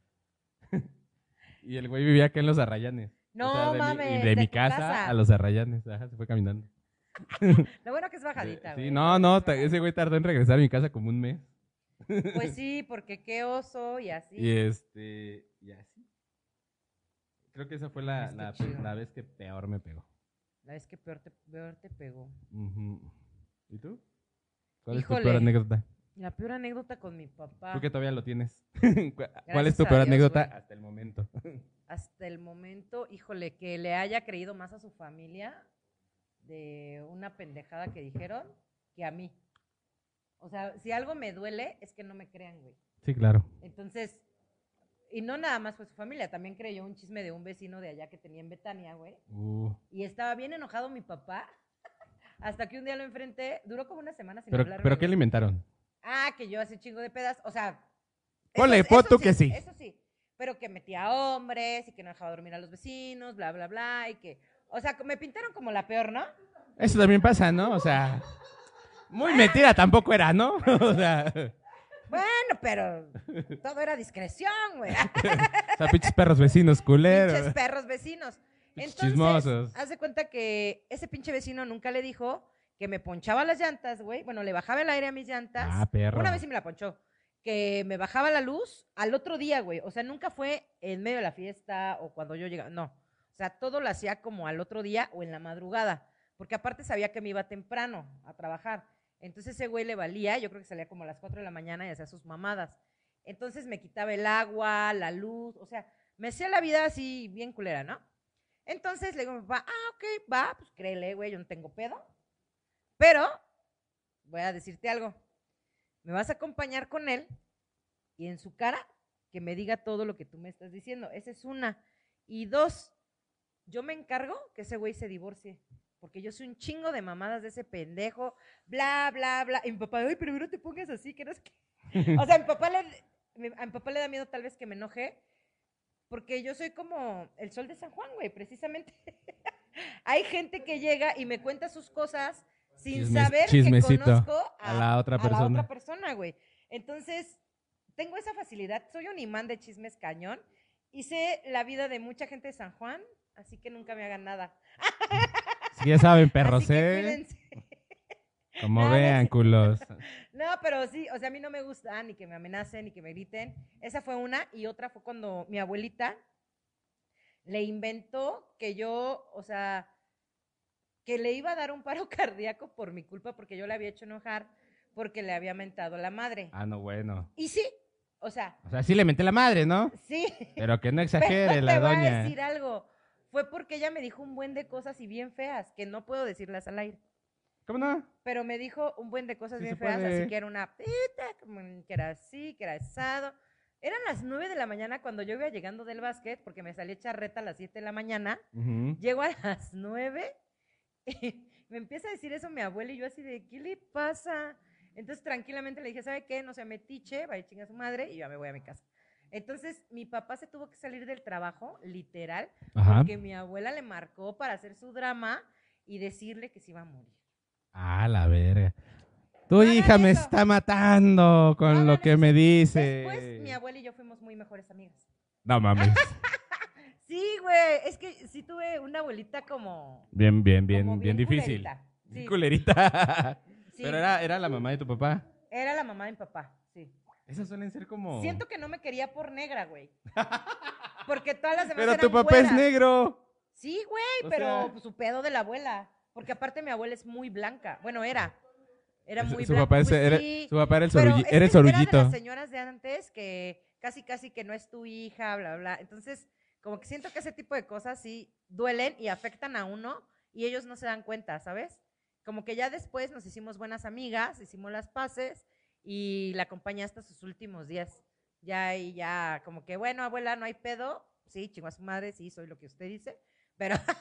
Speaker 2: y el güey vivía acá en Los Arrayanes. O
Speaker 1: No
Speaker 2: sea, de mi-
Speaker 1: mames.
Speaker 2: y de, mi
Speaker 1: tu
Speaker 2: casa, a Los Arrayanes, ajá, se fue caminando.
Speaker 1: Lo bueno que es bajadita,
Speaker 2: sí,
Speaker 1: güey.
Speaker 2: no, no, ta- ese güey tardó en regresar a mi casa como un mes.
Speaker 1: Pues sí, porque qué oso y así.
Speaker 2: Y este, y así. Creo que esa fue la,
Speaker 1: Está
Speaker 2: la-
Speaker 1: chido.
Speaker 2: la vez que peor me pegó.
Speaker 1: La vez que peor te, peor te pegó.
Speaker 2: Ujú. ¿Y tú? ¿Cuál es tu
Speaker 1: Híjole.
Speaker 2: peor anécdota?
Speaker 1: La peor anécdota con mi papá.
Speaker 2: Tú que todavía lo tienes. ¿Cuál es tu
Speaker 1: a
Speaker 2: peor
Speaker 1: Dios,
Speaker 2: anécdota
Speaker 1: güey.
Speaker 2: hasta el momento?
Speaker 1: Hasta el momento, híjole, que le haya creído más a su familia de una pendejada que dijeron que a mí. O sea, si algo me duele es que no me crean, güey.
Speaker 2: Sí, claro.
Speaker 1: Entonces, y no nada más fue su familia, también creyó un chisme de un vecino de allá que tenía en Betania, güey.
Speaker 2: Uh,
Speaker 1: Y estaba bien enojado mi papá. Hasta que un día lo enfrenté, duró como una semana sin
Speaker 2: pero,
Speaker 1: hablarme,
Speaker 2: ¿Pero qué
Speaker 1: güey.
Speaker 2: le inventaron?
Speaker 1: Ah, que yo hacía chingo de pedas. O sea. pues,
Speaker 2: Ponle, pon tú que sí.
Speaker 1: Eso sí. Pero que metía a hombres y que no dejaba dormir a los vecinos, bla, bla, bla. Y que. O sea, me pintaron como la peor, ¿no?
Speaker 2: Eso también pasa, ¿no? O sea, muy mentira tampoco era, ¿no? O sea, o
Speaker 1: Bueno, pero todo era discreción, güey.
Speaker 2: sea, pinches perros vecinos,
Speaker 1: Pinches
Speaker 2: culeros.
Speaker 1: perros vecinos.
Speaker 2: Pinches
Speaker 1: Entonces,
Speaker 2: chismosos.
Speaker 1: haz de cuenta que ese pinche vecino nunca le dijo que me ponchaba las llantas, güey. Bueno, le bajaba el aire a mis llantas.
Speaker 2: Ah, perro.
Speaker 1: Una vez sí me la ponchó. Que me bajaba la luz al otro día, güey. O sea, nunca fue en medio de la fiesta o cuando yo llegaba. No. O sea, todo lo hacía como al otro día o en la madrugada. Porque aparte sabía que me iba temprano a trabajar. Entonces ese güey le valía, yo creo que salía como a las 4 de la mañana y hacía sus mamadas. Entonces me quitaba el agua, la luz, o sea, me hacía la vida así bien culera, ¿no? Entonces le digo a mi papá, ah, ok, va, pues créele, güey, yo no tengo pedo. Pero voy a decirte algo. Me vas a acompañar con él y en su cara que me diga todo lo que tú me estás diciendo. Esa es una. Y dos, yo me encargo que ese güey se divorcie. Porque yo soy un chingo de mamadas de ese pendejo, bla, bla, bla. Y mi papá, ay, pero no te pongas así, que no es que. O sea, mi papá le. mi- a mi papá le da miedo tal vez que me enoje, porque yo soy como el sol de San Juan, güey, precisamente. Hay gente que llega y me cuenta sus cosas sin
Speaker 2: Chismes-
Speaker 1: saber que
Speaker 2: chismecito
Speaker 1: conozco
Speaker 2: a la otra persona.
Speaker 1: otra persona, güey. Entonces, tengo esa facilidad, soy un imán de chismes cañón y sé la vida de mucha gente de San Juan, así que nunca me hagan nada.
Speaker 2: Así que ya saben,
Speaker 1: Así
Speaker 2: perros,
Speaker 1: que
Speaker 2: ¿eh?
Speaker 1: cuídense.
Speaker 2: Como
Speaker 1: Nada,
Speaker 2: vean,
Speaker 1: sí.
Speaker 2: culos.
Speaker 1: No, pero sí, o sea, a mí no me gusta ni que me amenacen, ni que me griten. Esa fue una. Y otra fue cuando mi abuelita le inventó que yo, o sea, que le iba a dar un paro cardíaco por mi culpa, porque yo la había hecho enojar, porque le había mentado la madre.
Speaker 2: Ah, no, bueno.
Speaker 1: Y sí, o sea,
Speaker 2: O sea, sí le menté la madre, ¿no?
Speaker 1: sí.
Speaker 2: Pero que no
Speaker 1: Pero
Speaker 2: exagere la
Speaker 1: te voy
Speaker 2: doña.
Speaker 1: a decir algo. Fue porque ella me dijo un buen de cosas y bien feas, que no puedo decirlas al aire.
Speaker 2: ¿Cómo no?
Speaker 1: Pero me dijo un buen de cosas
Speaker 2: Sí
Speaker 1: bien
Speaker 2: se
Speaker 1: feas,
Speaker 2: puede.
Speaker 1: así que era una pita, como en- que era así, que era asado. Eran las 9 de la mañana cuando yo iba llegando del básquet, porque me salí charreta a las 7 de la mañana.
Speaker 2: Ujú.
Speaker 1: Llego a las 9 y me empieza a decir eso mi abuela y yo así de, ¿qué le pasa? Entonces tranquilamente le dije, ¿sabe qué? No sea metiche, vaya chinga a su madre y yo ya me voy a mi casa. Entonces mi papá se tuvo que salir del trabajo, literal,
Speaker 2: Ajá.
Speaker 1: porque mi abuela le marcó para hacer su drama y decirle que se iba a morir.
Speaker 2: Ah, la verga. Tu
Speaker 1: Hagan
Speaker 2: hija me
Speaker 1: eso.
Speaker 2: está matando con
Speaker 1: Hagan
Speaker 2: lo que
Speaker 1: eso.
Speaker 2: me dice.
Speaker 1: Después, mi abuela y yo fuimos muy mejores amigas.
Speaker 2: No mames.
Speaker 1: Sí, güey, es que sí tuve una abuelita como...
Speaker 2: Bien, bien, bien,
Speaker 1: como
Speaker 2: bien, difícil.
Speaker 1: culerita. Sí,
Speaker 2: Bien Culerita.
Speaker 1: sí.
Speaker 2: Pero era, era la mamá de tu papá.
Speaker 1: Era la mamá de mi papá, sí.
Speaker 2: Esas suelen ser como.
Speaker 1: Siento que no me quería por negra, güey. Porque todas las demás
Speaker 2: Pero
Speaker 1: eran
Speaker 2: tu papá
Speaker 1: güeras.
Speaker 2: es negro.
Speaker 1: Sí, güey,
Speaker 2: O
Speaker 1: pero
Speaker 2: sea-
Speaker 1: pues, su pedo de la abuela. Porque aparte mi abuela es muy blanca. Bueno, era. Era
Speaker 2: Su-
Speaker 1: muy
Speaker 2: su,
Speaker 1: blanca.
Speaker 2: papá es,
Speaker 1: pues,
Speaker 2: era,
Speaker 1: sí.
Speaker 2: su papá era el,
Speaker 1: Pero
Speaker 2: sorulli-
Speaker 1: es que
Speaker 2: era el
Speaker 1: sí era de
Speaker 2: sorullito.
Speaker 1: las señoras de antes que casi, casi que no es tu hija, bla, bla. Entonces, como que siento que ese tipo de cosas sí duelen y afectan a uno y ellos no se dan cuenta, ¿sabes? Como que ya después nos hicimos buenas amigas, hicimos las paces y la acompañé hasta sus últimos días. Ya, y ya, como que, bueno, abuela, no hay pedo. Sí, chingo a su madre, sí, soy lo que usted dice. Pero,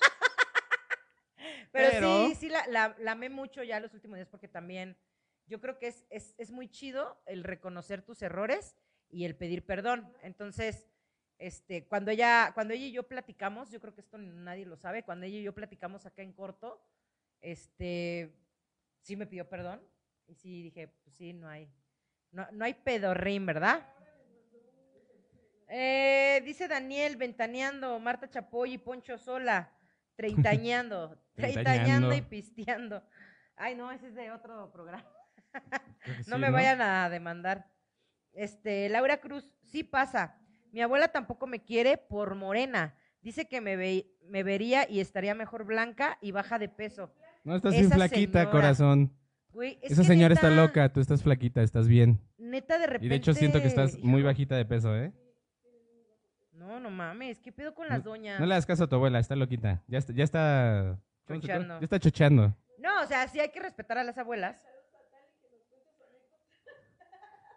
Speaker 1: pero,
Speaker 2: Pero-
Speaker 1: sí, sí, la, la, la amé mucho ya los últimos días porque también yo creo que es, es, es muy chido el reconocer tus errores y el pedir perdón. Entonces, este, cuando ella, cuando ella y yo platicamos, yo creo que esto nadie lo sabe, cuando ella y yo platicamos acá en corto, este, sí me pidió perdón y sí dije, pues sí, no hay, no, no hay pedorrín, ¿verdad? Eh, dice Daniel, ventaneando, Marta Chapoy y Poncho Sola, treintañando, treintañando y
Speaker 2: Treintañando.
Speaker 1: pisteando. Ay, no, ese es de otro programa.
Speaker 2: Creo que
Speaker 1: No
Speaker 2: sí,
Speaker 1: me vayan a demandar. Este, Laura Cruz, sí pasa. Mi abuela tampoco me quiere por morena. Dice que me, ve- me vería y estaría mejor blanca y baja de peso.
Speaker 2: No, estás bien
Speaker 1: Esa
Speaker 2: flaquita,
Speaker 1: señora.
Speaker 2: corazón.
Speaker 1: Güey, es
Speaker 2: Esa
Speaker 1: que
Speaker 2: señora está
Speaker 1: neta-
Speaker 2: loca, tú estás flaquita, estás bien.
Speaker 1: Neta, de repente.
Speaker 2: Y de hecho siento que estás muy bajita de peso, ¿eh?
Speaker 1: No, no mames, ¿qué pedo con las doñas?
Speaker 2: No
Speaker 1: No,
Speaker 2: le hagas caso a tu abuela, está loquita. Ya está, ya está. ¿cómo se llama?
Speaker 1: Chocheando.
Speaker 2: Ya está chocheando.
Speaker 1: o sea, sí hay que respetar a las abuelas.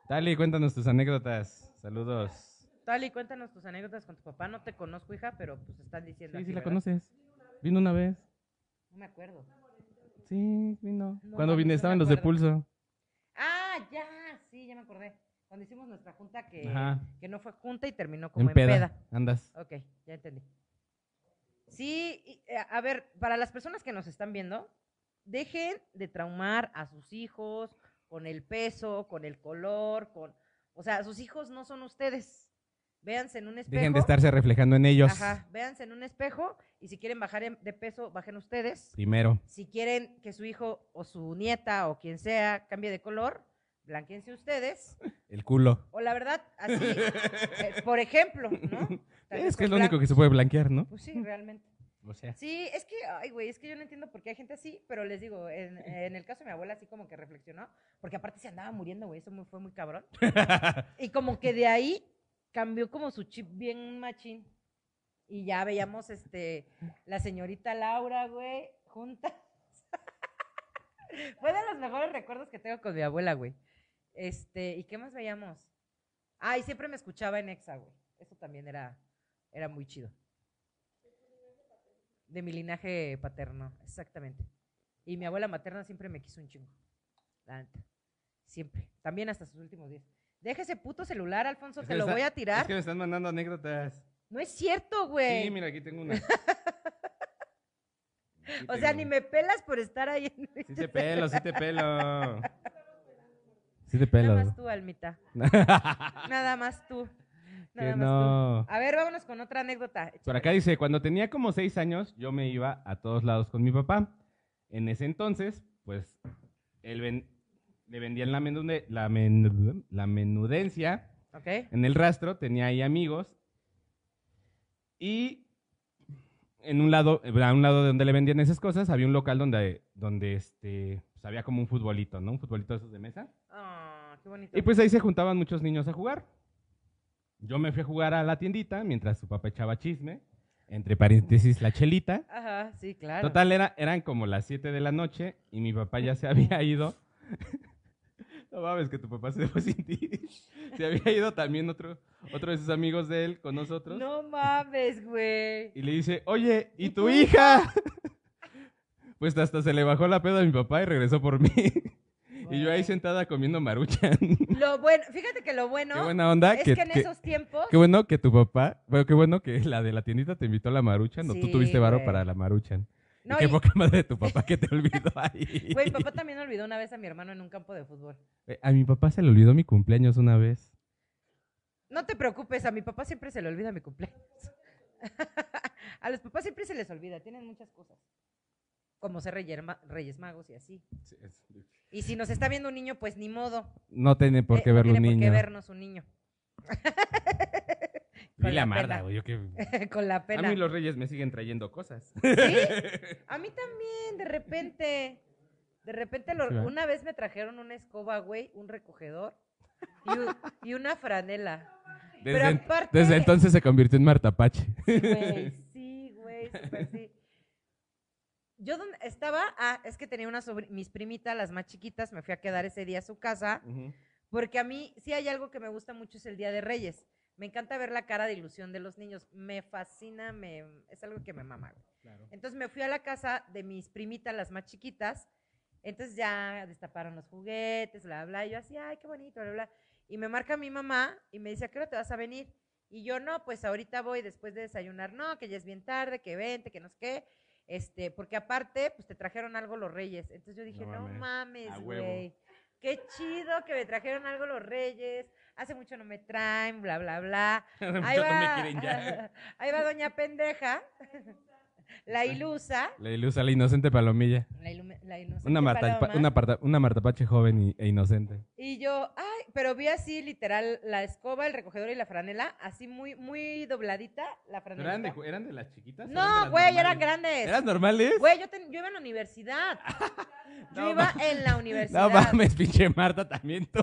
Speaker 2: Dale, cuéntanos tus anécdotas. Saludos.
Speaker 1: Tali, cuéntanos tus anécdotas con tu papá. No te conozco, hija, pero pues están diciendo.
Speaker 2: Sí,
Speaker 1: aquí,
Speaker 2: sí la
Speaker 1: ¿verdad?
Speaker 2: conoces. Vino una vez.
Speaker 1: No me acuerdo.
Speaker 2: Sí, vino.
Speaker 1: No, mames,
Speaker 2: Cuando
Speaker 1: no
Speaker 2: vine
Speaker 1: me
Speaker 2: estaban los de
Speaker 1: acuerdo.
Speaker 2: pulso.
Speaker 1: Ah, ya, sí, ya me acordé. Cuando hicimos nuestra junta que,
Speaker 2: Ajá.
Speaker 1: que no fue junta y terminó como
Speaker 2: En peda. Andas.
Speaker 1: Ok, ya entendí. Sí, y, eh, a ver, para las personas que nos están viendo, dejen de traumar a sus hijos con el peso, con el color, con... O sea, sus hijos no son ustedes. Véanse en un espejo.
Speaker 2: Dejen de estarse reflejando en ellos.
Speaker 1: Ajá, véanse en un espejo y si quieren bajar en- de peso, bajen ustedes.
Speaker 2: Primero.
Speaker 1: Si quieren que su hijo o su nieta o quien sea cambie de color, blanquense ustedes.
Speaker 2: El culo.
Speaker 1: O la verdad, así, eh, por ejemplo, ¿no? Tal vez
Speaker 2: Es que es
Speaker 1: son
Speaker 2: lo único que
Speaker 1: blancos.
Speaker 2: se puede blanquear, ¿no?
Speaker 1: Pues sí, realmente.
Speaker 2: O sea.
Speaker 1: Sí, es que, ay, güey, es que yo no entiendo por qué hay gente así, pero les digo, en, en el caso de mi abuela, así como que reflexionó, porque aparte se andaba muriendo, güey, eso muy- fue muy cabrón. Y como que de ahí cambió como su chip bien machín. Y ya veíamos, este, la señorita Laura, güey, juntas. fue de los mejores recuerdos que tengo con mi abuela, güey. Este, ¿y qué más veíamos? Ah, y siempre me escuchaba en Exa, güey. Eso también era, era muy chido. De mi linaje paterno, exactamente. Y mi abuela materna siempre me quiso un chingo. La neta. Siempre. También hasta sus últimos días. Deja ese puto celular, Alfonso,
Speaker 2: Es
Speaker 1: te
Speaker 2: que
Speaker 1: lo
Speaker 2: está-
Speaker 1: voy a tirar.
Speaker 2: Es que me están mandando anécdotas.
Speaker 1: No es cierto, güey.
Speaker 2: Sí, mira, aquí tengo una. Aquí
Speaker 1: o sea,
Speaker 2: tengo.
Speaker 1: ni me pelas por estar ahí. En...
Speaker 2: Sí te pelo, sí te pelo. Sí te
Speaker 1: Nada
Speaker 2: pelo.
Speaker 1: más tú, Almita.
Speaker 2: que
Speaker 1: Nada más tú. Nada más
Speaker 2: no.
Speaker 1: tú. A ver, vámonos con otra anécdota.
Speaker 2: Por acá dice, cuando tenía como seis años, yo me iba a todos lados con mi papá. En ese entonces, pues, él ven- le vendían la, menude- la, men- la menudencia
Speaker 1: ¿Ok?
Speaker 2: en el rastro, tenía ahí amigos. Y en un lado, eh, a un lado de donde le vendían esas cosas, había un local donde, donde este, pues, había como un futbolito, ¿no? Un futbolito de esos de mesa.
Speaker 1: Ah, qué bonito.
Speaker 2: Y pues ahí se juntaban muchos niños a jugar. Yo me fui a jugar a la tiendita mientras su papá echaba chisme, entre paréntesis la chelita.
Speaker 1: Ajá, sí, claro.
Speaker 2: Total, era, eran como las 7 de la noche y mi papá ya se había ido. No mames, que tu papá se dejó sin ti. Se había ido también otro, otro de sus amigos de él con nosotros.
Speaker 1: No mames, güey.
Speaker 2: Y le dice, oye, ¿y tu hija? Pues hasta se le bajó la pedo a mi papá y regresó por mí. Y yo ahí sentada comiendo maruchan.
Speaker 1: Lo bueno, fíjate que lo bueno
Speaker 2: Qué buena onda.
Speaker 1: es que,
Speaker 2: que-
Speaker 1: en
Speaker 2: que-
Speaker 1: esos tiempos
Speaker 2: Qué bueno que tu papá, bueno, qué bueno que la de la tiendita te invitó a la maruchan o
Speaker 1: Sí,
Speaker 2: tú tuviste varo
Speaker 1: güey.
Speaker 2: para la maruchan. Y
Speaker 1: No,
Speaker 2: qué
Speaker 1: y-
Speaker 2: poca madre de tu papá que te olvidó ahí.
Speaker 1: Güey, mi papá también olvidó una vez a mi hermano en un campo de fútbol.
Speaker 2: Eh, A mi papá se le olvidó mi cumpleaños una vez.
Speaker 1: No te preocupes, a mi papá siempre se le olvida mi cumpleaños. a los papás siempre se les olvida, tienen muchas cosas. Como ser reyer- ma- Reyes Magos y así. Y si nos está viendo un niño, pues ni modo.
Speaker 2: No tiene por
Speaker 1: Eh,
Speaker 2: qué
Speaker 1: no
Speaker 2: verlo un
Speaker 1: tiene por qué
Speaker 2: niño.
Speaker 1: vernos un niño. Con
Speaker 2: Dile
Speaker 1: la
Speaker 2: a Marta,
Speaker 1: pena.
Speaker 2: güey. yo que-
Speaker 1: Con la
Speaker 2: A
Speaker 1: pena.
Speaker 2: mí los reyes me siguen trayendo cosas.
Speaker 1: ¿Sí? A mí también, de repente. De repente, lo-
Speaker 2: Sí, ¿verdad?
Speaker 1: una vez me trajeron una escoba, güey, un recogedor y, u- y una franela. Pero pues
Speaker 2: Desde,
Speaker 1: aparte-
Speaker 2: desde entonces se convirtió en Marta Pache.
Speaker 1: Sí, güey, sí, güey, súper sí. Yo donde estaba, ah, es que tenía una sobre mis primitas, las más chiquitas, me fui a quedar ese día a su casa, porque a mí sí hay algo que me gusta mucho, es el Día de Reyes. Me encanta ver la cara de ilusión de los niños, me fascina, me, es algo que me mama, güey. Entonces me fui a la casa de mis primitas, las más chiquitas. Entonces ya destaparon los juguetes, bla, bla. Y yo así, ay, qué bonito, bla, bla. Y me marca mi mamá y me dice, ¿a qué hora te vas a venir? Y yo, no, pues ahorita voy después de desayunar. No, que ya es bien tarde, que vente, que no sé qué. Este, porque aparte, pues te trajeron algo los reyes. Entonces yo dije,
Speaker 2: No
Speaker 1: no
Speaker 2: mames,
Speaker 1: mames,
Speaker 2: a huevo".
Speaker 1: güey. Qué chido que me trajeron algo los reyes. Hace mucho no me traen, bla, bla, bla.
Speaker 2: Pues
Speaker 1: Ahí va,
Speaker 2: ¿eh?
Speaker 1: ahí va doña pendeja, la ilusa,
Speaker 2: La ilusa, la inocente palomilla.
Speaker 1: la, ilume- la inocente
Speaker 2: Una Marta,
Speaker 1: paloma.
Speaker 2: una, Parta- una Marta Pache joven y- e inocente.
Speaker 1: Y yo, ay, pero vi así literal la escoba, el recogedor y la franela, así muy, muy dobladita la franela.
Speaker 2: eran de las chiquitas?
Speaker 1: no, güey, eran grandes.
Speaker 2: ¿Eran normales?
Speaker 1: Güey, yo, ten- yo iba en la universidad. Yo
Speaker 2: No
Speaker 1: iba en la
Speaker 2: No
Speaker 1: universidad.
Speaker 2: mames, pinche Marta, también tú.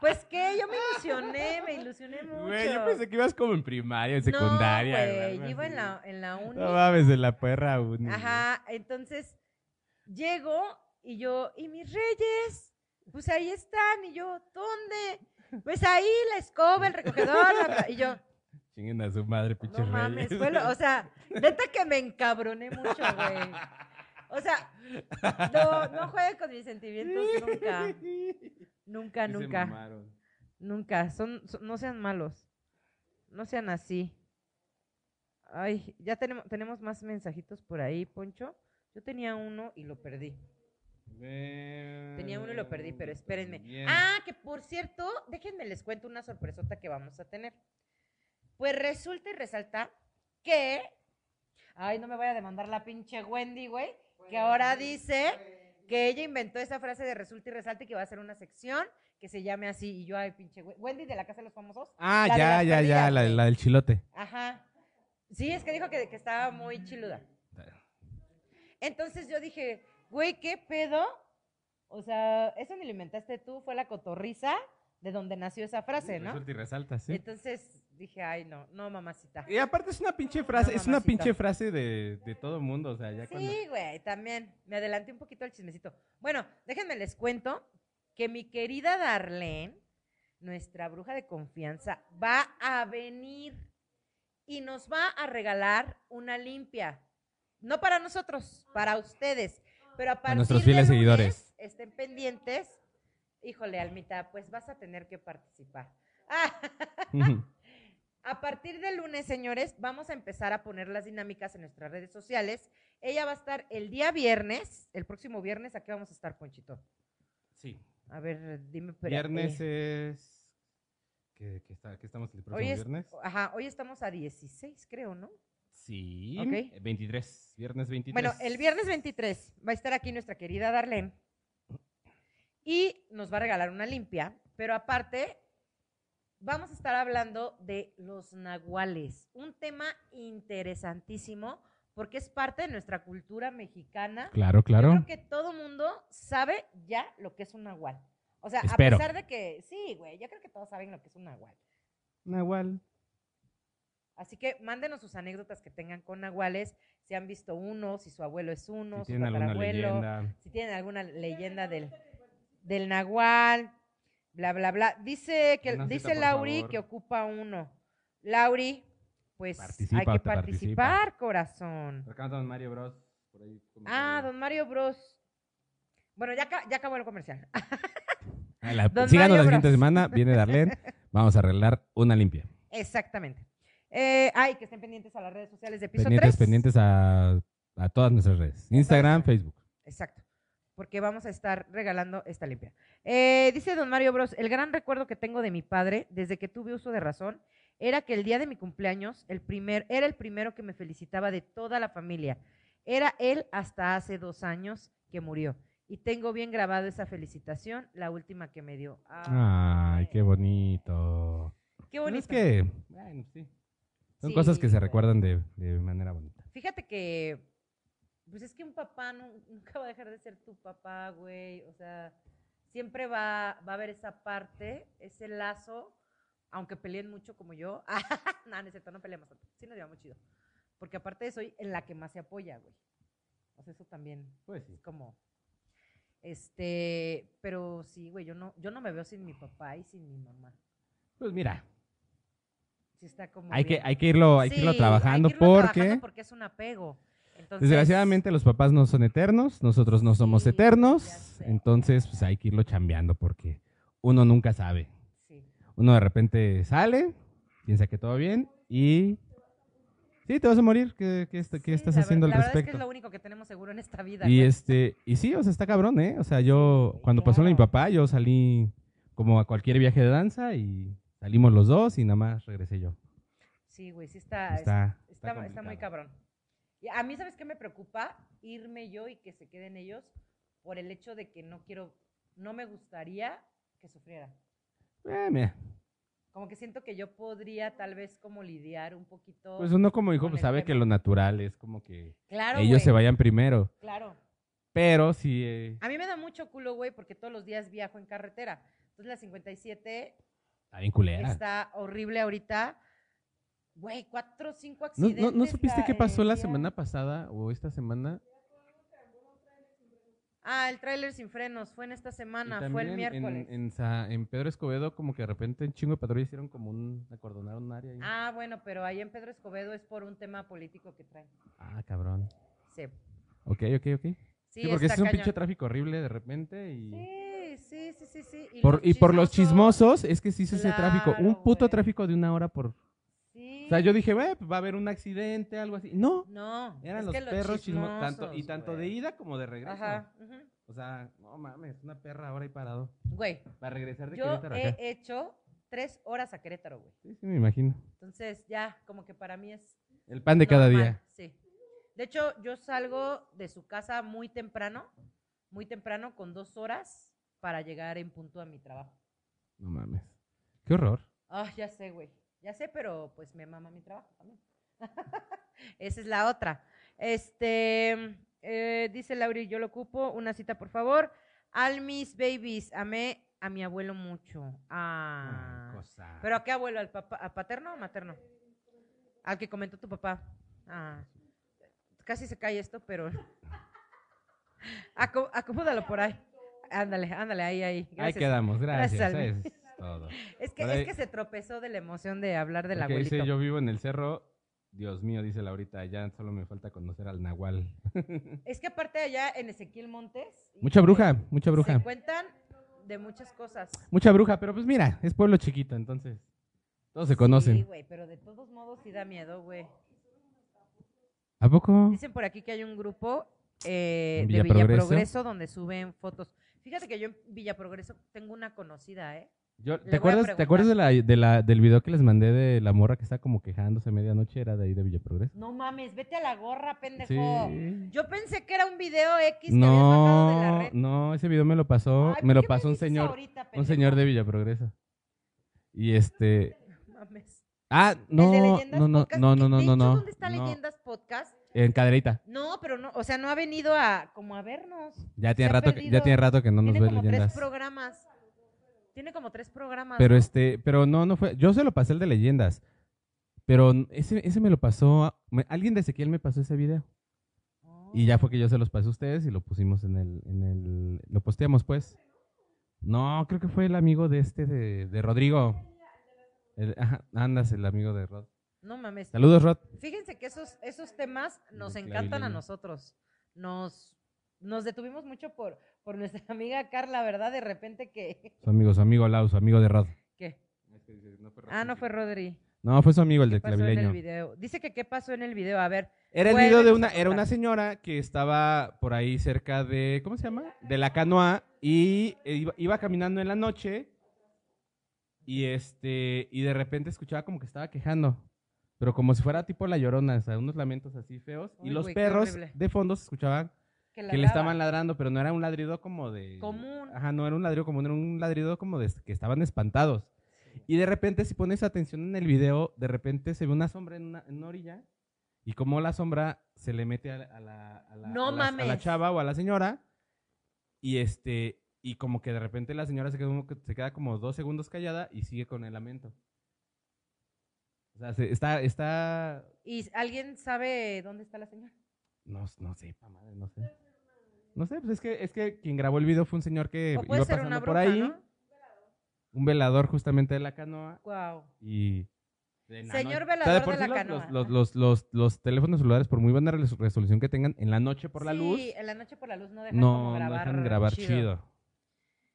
Speaker 1: Pues que yo me ilusioné, me ilusioné mucho.
Speaker 2: Güey, yo pensé que ibas como en primaria,
Speaker 1: No,
Speaker 2: en secundaria.
Speaker 1: güey,
Speaker 2: algo
Speaker 1: yo iba
Speaker 2: así.
Speaker 1: en la, en la uni.
Speaker 2: No mames, en la perra uni.
Speaker 1: Ajá, entonces llego y yo, ¿y mis reyes? Pues ahí están, y yo, ¿dónde? Pues ahí la escoba, el recogedor, la bla-". y yo,
Speaker 2: Chinguen a su madre, pinche
Speaker 1: no mames, fue lo- o sea, neta que me encabroné mucho, güey. O sea, no, no juegue con mis sentimientos nunca, nunca, nunca, nunca, son, son- no sean malos, no sean así. Ay, ya tenemos, tenemos más mensajitos por ahí, Poncho. Yo tenía uno y lo perdí. Tenía uno y lo perdí, pero espérenme. Ah, que por cierto, déjenme les cuento una sorpresota que vamos a tener. Pues resulta y resalta que. Ay, no me voy a demandar la pinche Wendy, güey. Que ahora dice que ella inventó esa frase de resulta y resalta y que va a hacer una sección que se llame así. Y yo, ay, pinche Wendy. Wendy de la Casa de los Famosos.
Speaker 2: Ah,
Speaker 1: la de
Speaker 2: ya,
Speaker 1: las
Speaker 2: ya, ya,
Speaker 1: perdidas,
Speaker 2: la,
Speaker 1: güey.
Speaker 2: la del chilote.
Speaker 1: Ajá. Sí, es que dijo que, que estaba muy chiluda. Entonces yo dije, güey, ¿qué pedo? O sea, eso me lo inventaste tú, fue la cotorriza de donde nació esa frase, ¿no?
Speaker 2: Resulta y resalta, sí.
Speaker 1: Entonces dije, ay, no, no, mamacita.
Speaker 2: Y aparte es una pinche frase,
Speaker 1: No,
Speaker 2: es una
Speaker 1: mamacita.
Speaker 2: pinche frase de, de todo mundo, o sea, ya cuando...
Speaker 1: Sí, güey, también. Me adelanté un poquito al chismecito. Bueno, déjenme les cuento que mi querida Darlene, nuestra bruja de confianza, va a venir y nos va a regalar una limpia. No para nosotros, para ustedes. Pero a partir
Speaker 2: nuestros
Speaker 1: de
Speaker 2: fieles
Speaker 1: lunes,
Speaker 2: seguidores.
Speaker 1: Estén pendientes Híjole, Almita, pues vas a tener que participar. Ah, A partir del lunes, señores, vamos a empezar a poner las dinámicas en nuestras redes sociales. Ella va a estar el día viernes, el próximo viernes, ¿a qué vamos a estar, Ponchito?
Speaker 2: sí.
Speaker 1: A ver, dime. pero-
Speaker 2: Viernes
Speaker 1: eh,
Speaker 2: es. ¿Qué, qué está, qué estamos el próximo
Speaker 1: hoy es-
Speaker 2: viernes?
Speaker 1: Ajá, hoy estamos a 16, creo, ¿no?
Speaker 2: Sí.
Speaker 1: Ok.
Speaker 2: eh, 23. Viernes 23.
Speaker 1: Bueno, el viernes 23 va a estar aquí nuestra querida Darlene y nos va a regalar una limpia, pero aparte vamos a estar hablando de los nahuales, un tema interesantísimo porque es parte de nuestra cultura mexicana.
Speaker 2: Claro,
Speaker 1: Yo
Speaker 2: claro.
Speaker 1: creo que todo mundo sabe ya lo que es un nahual. O sea,
Speaker 2: Espero.
Speaker 1: a pesar de que sí, güey, yo creo que todos saben lo que es un nahual.
Speaker 2: Nahual.
Speaker 1: Así que mándenos sus anécdotas que tengan con nahuales, si han visto uno, si su abuelo es uno, su
Speaker 2: Si tienen alguna
Speaker 1: tatarabuelo,
Speaker 2: leyenda.
Speaker 1: si tienen alguna leyenda del, del nahual, bla, bla, bla. Dice, que,
Speaker 2: Una cita,
Speaker 1: dice
Speaker 2: por
Speaker 1: Lauri
Speaker 2: favor.
Speaker 1: que ocupa uno. Lauri, pues
Speaker 2: Participa,
Speaker 1: hay que
Speaker 2: te participa.
Speaker 1: participar, corazón.
Speaker 2: Por acá anda Don Mario Bros. Por ahí, como
Speaker 1: Ah,
Speaker 2: que-
Speaker 1: don Mario Bros. Bueno, ya, ca- ya acabó el comercial.
Speaker 2: Ah, la-
Speaker 1: Don
Speaker 2: síganos
Speaker 1: Mario
Speaker 2: la siguiente
Speaker 1: Bros.
Speaker 2: semana. Viene Darlene. Vamos a arreglar una limpia.
Speaker 1: Exactamente. Eh, ay, que estén pendientes a las redes sociales de piso
Speaker 2: pendientes,
Speaker 1: 3.
Speaker 2: pendientes a, a todas nuestras redes. Instagram,
Speaker 1: redes.
Speaker 2: Facebook.
Speaker 1: Exacto. Porque vamos a estar regalando esta limpia. Eh, dice don Mario Bros, el gran recuerdo que tengo de mi padre desde que tuve uso de razón era que el día de mi cumpleaños el primer, era el primero que me felicitaba de toda la familia. Era él hasta hace dos años que murió. Y tengo bien grabado esa felicitación, la última que me dio.
Speaker 2: Ay, qué bonito.
Speaker 1: qué
Speaker 2: Pero
Speaker 1: bonito.
Speaker 2: Es que bueno, sí. son
Speaker 1: Sí,
Speaker 2: cosas que se
Speaker 1: güey.
Speaker 2: recuerdan de, de manera bonita.
Speaker 1: Fíjate que, pues es que un papá nu- nunca va a dejar de ser tu papá, güey. O sea, siempre va, va a haber esa parte, ese lazo, aunque peleen mucho como yo. no, no es cierto, no peleamos tanto. Sí nos llevamos chido. Porque aparte soy en la que más se apoya, güey. O sea, eso también
Speaker 2: Pues sí.
Speaker 1: es como... Este, pero sí, güey, yo no, yo no me veo sin mi papá y sin mi mamá.
Speaker 2: Pues mira,
Speaker 1: Sí está como
Speaker 2: hay que,
Speaker 1: bien.
Speaker 2: hay que irlo, hay que
Speaker 1: Sí,
Speaker 2: irlo trabajando
Speaker 1: hay que irlo
Speaker 2: porque
Speaker 1: trabajando porque es un apego. Entonces,
Speaker 2: desgraciadamente los papás no son eternos, nosotros no somos
Speaker 1: Sí, ya
Speaker 2: eternos,
Speaker 1: sé.
Speaker 2: entonces pues hay que irlo chambeando porque uno nunca sabe.
Speaker 1: sí.
Speaker 2: Uno de repente sale, piensa que todo bien y sí, te vas a morir, ¿qué, qué est- qué
Speaker 1: Sí,
Speaker 2: estás
Speaker 1: la ver-
Speaker 2: haciendo al
Speaker 1: la verdad es que
Speaker 2: respecto?
Speaker 1: es lo único que tenemos seguro en esta vida.
Speaker 2: Y
Speaker 1: güey.
Speaker 2: este, y sí, o sea, está cabrón, ¿eh? O sea, yo,
Speaker 1: Sí,
Speaker 2: cuando pasó lo de mi
Speaker 1: claro.
Speaker 2: papá, yo salí como a cualquier viaje de danza y salimos los dos y nada más regresé yo.
Speaker 1: Sí, güey, sí está, está,
Speaker 2: Está,
Speaker 1: Ah, está, está muy
Speaker 2: complicado.
Speaker 1: cabrón. Y a mí, ¿sabes qué me preocupa? Irme yo y que se queden ellos por el hecho de que no quiero, no me gustaría que sufrieran.
Speaker 2: Eh, mira,
Speaker 1: Como que siento que yo podría tal vez como lidiar un poquito.
Speaker 2: pues uno como hijo
Speaker 1: Con
Speaker 2: pues,
Speaker 1: el
Speaker 2: sabe que
Speaker 1: tema.
Speaker 2: lo natural es como que
Speaker 1: claro,
Speaker 2: ellos
Speaker 1: güey,
Speaker 2: se vayan primero.
Speaker 1: Claro.
Speaker 2: Pero sí, eh,
Speaker 1: A mí me da mucho culo, güey, porque todos los días viajo en carretera. Entonces la 57
Speaker 2: está bien culera.
Speaker 1: está horrible ahorita. Güey, cuatro o cinco
Speaker 2: ¿No,
Speaker 1: accidentes.
Speaker 2: no, no supiste qué
Speaker 1: ca-
Speaker 2: pasó
Speaker 1: el
Speaker 2: la
Speaker 1: día-
Speaker 2: semana pasada o esta semana?
Speaker 1: Ah, el tráiler sin frenos, fue en esta
Speaker 2: Y
Speaker 1: semana, fue
Speaker 2: también
Speaker 1: el
Speaker 2: en, en-
Speaker 1: miércoles.
Speaker 2: en Sa- en Pedro Escobedo como que de repente un chingo de patrullas hicieron como un, acordonaron un área. ahí.
Speaker 1: Ah, bueno, pero ahí en Pedro Escobedo es por un tema político que traen.
Speaker 2: ah, cabrón.
Speaker 1: Sí,
Speaker 2: Ok, ok, ok.
Speaker 1: sí,
Speaker 2: Sí, porque
Speaker 1: está
Speaker 2: es un
Speaker 1: cañón.
Speaker 2: pinche tráfico horrible de repente y...
Speaker 1: Sí, sí, sí, sí, sí.
Speaker 2: Por, y por los chismosos es que se hizo ese tráfico, un
Speaker 1: Claro,
Speaker 2: puto
Speaker 1: güey.
Speaker 2: tráfico de una hora por...
Speaker 1: Sí.
Speaker 2: O sea, yo dije, "Güey, pues va a haber un accidente, algo así. No,
Speaker 1: No,
Speaker 2: eran
Speaker 1: es
Speaker 2: los
Speaker 1: que
Speaker 2: perros chismosos, tanto, y
Speaker 1: chismosos,
Speaker 2: tanto de
Speaker 1: güey.
Speaker 2: ida como de regreso.
Speaker 1: Ajá. ujú.
Speaker 2: O sea, no mames, una perra ahora y parado.
Speaker 1: Güey,
Speaker 2: Para regresar de
Speaker 1: yo eh,
Speaker 2: Querétaro acá.
Speaker 1: he hecho tres horas a Querétaro, güey.
Speaker 2: Sí, sí, me imagino.
Speaker 1: Entonces, ya, como que para mí es
Speaker 2: El pan de cada
Speaker 1: Normal,
Speaker 2: día.
Speaker 1: Sí. De hecho, yo salgo de su casa muy temprano, muy temprano, con dos horas para llegar en punto a mi trabajo.
Speaker 2: No mames. Qué horror.
Speaker 1: Ah, ya sé, güey. Ya sé, pero pues me mama mi trabajo también. Esa es la otra. Este, eh, dice Lauri, yo lo ocupo. Una cita, por favor. All mis babies, amé a mi abuelo mucho. Ah.
Speaker 2: Ay, cosa.
Speaker 1: ¿Pero a qué abuelo? ¿Al papá, a paterno o materno? Al que comentó tu papá. Ah, casi se cae esto, pero. Acom- acomódalo por ahí. Ándale, ándale, ahí, ahí.
Speaker 2: Ahí
Speaker 1: Gracias.
Speaker 2: quedamos, gracias.
Speaker 1: Gracias, Almi.
Speaker 2: eso es todo.
Speaker 1: Es que,
Speaker 2: Por ahí-
Speaker 1: es que se tropezó de la emoción de hablar del
Speaker 2: Porque
Speaker 1: abuelito.
Speaker 2: dice, yo vivo en el cerro. Dios mío, dice Laurita, ya solo me falta conocer al Nahual.
Speaker 1: Es que aparte allá en Ezequiel Montes.
Speaker 2: Mucha
Speaker 1: híjole,
Speaker 2: bruja, mucha
Speaker 1: Se
Speaker 2: bruja.
Speaker 1: cuentan de muchas cosas.
Speaker 2: Mucha bruja, pero pues mira, es pueblo chiquito, entonces todos se
Speaker 1: Sí,
Speaker 2: conocen.
Speaker 1: güey, pero de todos modos sí da miedo, güey.
Speaker 2: ¿A poco?
Speaker 1: Dicen por aquí que hay un grupo eh,
Speaker 2: ¿En
Speaker 1: de
Speaker 2: Villa
Speaker 1: Villa
Speaker 2: Progreso?
Speaker 1: Progreso donde suben fotos. Fíjate que yo en Villa Progreso tengo una conocida, ¿eh?
Speaker 2: Yo-
Speaker 1: voy
Speaker 2: ¿Te
Speaker 1: a
Speaker 2: acuerdas, ¿te
Speaker 1: preguntar.
Speaker 2: acuerdas de la, de la- del video que les mandé de la morra que está como quejándose a medianoche? Era de ahí de Villa Progreso.
Speaker 1: No mames, vete a la gorra, pendejo.
Speaker 2: Sí.
Speaker 1: Yo pensé que era un video X que habías bajado de la
Speaker 2: No,
Speaker 1: red.
Speaker 2: no, ese video me lo pasó,
Speaker 1: Ay, ¿por
Speaker 2: me lo
Speaker 1: qué
Speaker 2: pasó un
Speaker 1: dices
Speaker 2: señor,
Speaker 1: ahorita,
Speaker 2: un
Speaker 1: pendejo?
Speaker 2: señor de Villa Progreso. Y este,
Speaker 1: No mames.
Speaker 2: ah,
Speaker 1: ¿El de
Speaker 2: no,
Speaker 1: Leyendas
Speaker 2: no, no,
Speaker 1: Podcast?
Speaker 2: no, no,
Speaker 1: De
Speaker 2: no,
Speaker 1: hecho,
Speaker 2: no, no,
Speaker 1: ¿Dónde está
Speaker 2: no.
Speaker 1: Leyendas Podcast?
Speaker 2: en Cadereyta.
Speaker 1: No, pero no, o sea, no ha venido a como a vernos.
Speaker 2: Ya tiene
Speaker 1: ha
Speaker 2: rato, que, ya
Speaker 1: perdido.
Speaker 2: tiene rato que no nos
Speaker 1: Tiene
Speaker 2: ve
Speaker 1: como
Speaker 2: leyendas.
Speaker 1: tres programas. Tiene como tres programas.
Speaker 2: Pero
Speaker 1: ¿no?
Speaker 2: este, pero no, no fue. Yo se lo pasé el de leyendas. Pero n- ese, ese me lo pasó. a- me- alguien de Ezequiel me pasó ese video. Y ya fue que yo se los pasé a ustedes y lo pusimos en el, en el. Lo posteamos, pues. No, creo que fue el amigo de este, de, de Rodrigo. El, ajá, andas, el amigo de Rod.
Speaker 1: No mames.
Speaker 2: Saludos, Rod.
Speaker 1: Fíjense que esos, esos temas nos
Speaker 2: Los
Speaker 1: encantan a
Speaker 2: clavileños.
Speaker 1: nosotros. Nos, nos detuvimos mucho por, por nuestra amiga Carla, ¿verdad? De repente que...
Speaker 2: Su amigo, su amigo Lau, su amigo de Rod.
Speaker 1: que- ah, no fue Rodri.
Speaker 2: No, fue su amigo, el
Speaker 1: ¿Qué
Speaker 2: de
Speaker 1: pasó en el
Speaker 2: clavileño.
Speaker 1: video? Dice que qué pasó en el video. A ver,
Speaker 2: Era el
Speaker 1: Vuelve
Speaker 2: video de
Speaker 1: nos
Speaker 2: una,
Speaker 1: a
Speaker 2: era una
Speaker 1: contar.
Speaker 2: señora que estaba por ahí cerca de, ¿cómo se llama? De la canoa y eh, iba, iba caminando en la noche y este, y de repente escuchaba como que estaba quejando, pero como si fuera tipo la llorona, o sea, unos lamentos así feos y
Speaker 1: Ay,
Speaker 2: los
Speaker 1: güey, qué
Speaker 2: perros
Speaker 1: horrible.
Speaker 2: de fondo se escuchaban
Speaker 1: que,
Speaker 2: que le
Speaker 1: ladraba.
Speaker 2: estaban ladrando, pero no era un ladrido como de...
Speaker 1: Común.
Speaker 2: Ajá, no era un ladrido común, era un ladrido como de que estaban espantados. Y de repente, si pones atención en el video, de repente se ve una sombra en una, en una orilla y como la sombra se le mete a la, a la- a la-
Speaker 1: No
Speaker 2: a la- a la
Speaker 1: mames.
Speaker 2: chava o a la señora y este y como que de repente la señora se queda, como que- se queda como dos segundos callada y sigue con el lamento. O sea, se- está, está,
Speaker 1: ¿Y alguien sabe dónde está la señora?
Speaker 2: no, no sé, pa' madre, no sé. No sé, pues es que, es que quien grabó el video fue un señor que
Speaker 1: O
Speaker 2: Eh, iba
Speaker 1: puede ser
Speaker 2: pasando
Speaker 1: una bruja,
Speaker 2: por ahí,
Speaker 1: ¿no?
Speaker 2: un velador justamente de la canoa
Speaker 1: Wow.
Speaker 2: y...
Speaker 1: Señor
Speaker 2: O sea,
Speaker 1: velador
Speaker 2: por
Speaker 1: de
Speaker 2: sí
Speaker 1: la
Speaker 2: los-
Speaker 1: canoa.
Speaker 2: Los, los, los- los teléfonos celulares, por muy buena res- resolución que tengan, en la noche por la
Speaker 1: Sí,
Speaker 2: luz,
Speaker 1: en la noche por la luz no dejan como
Speaker 2: no, no
Speaker 1: grabar,
Speaker 2: dejan grabar chido.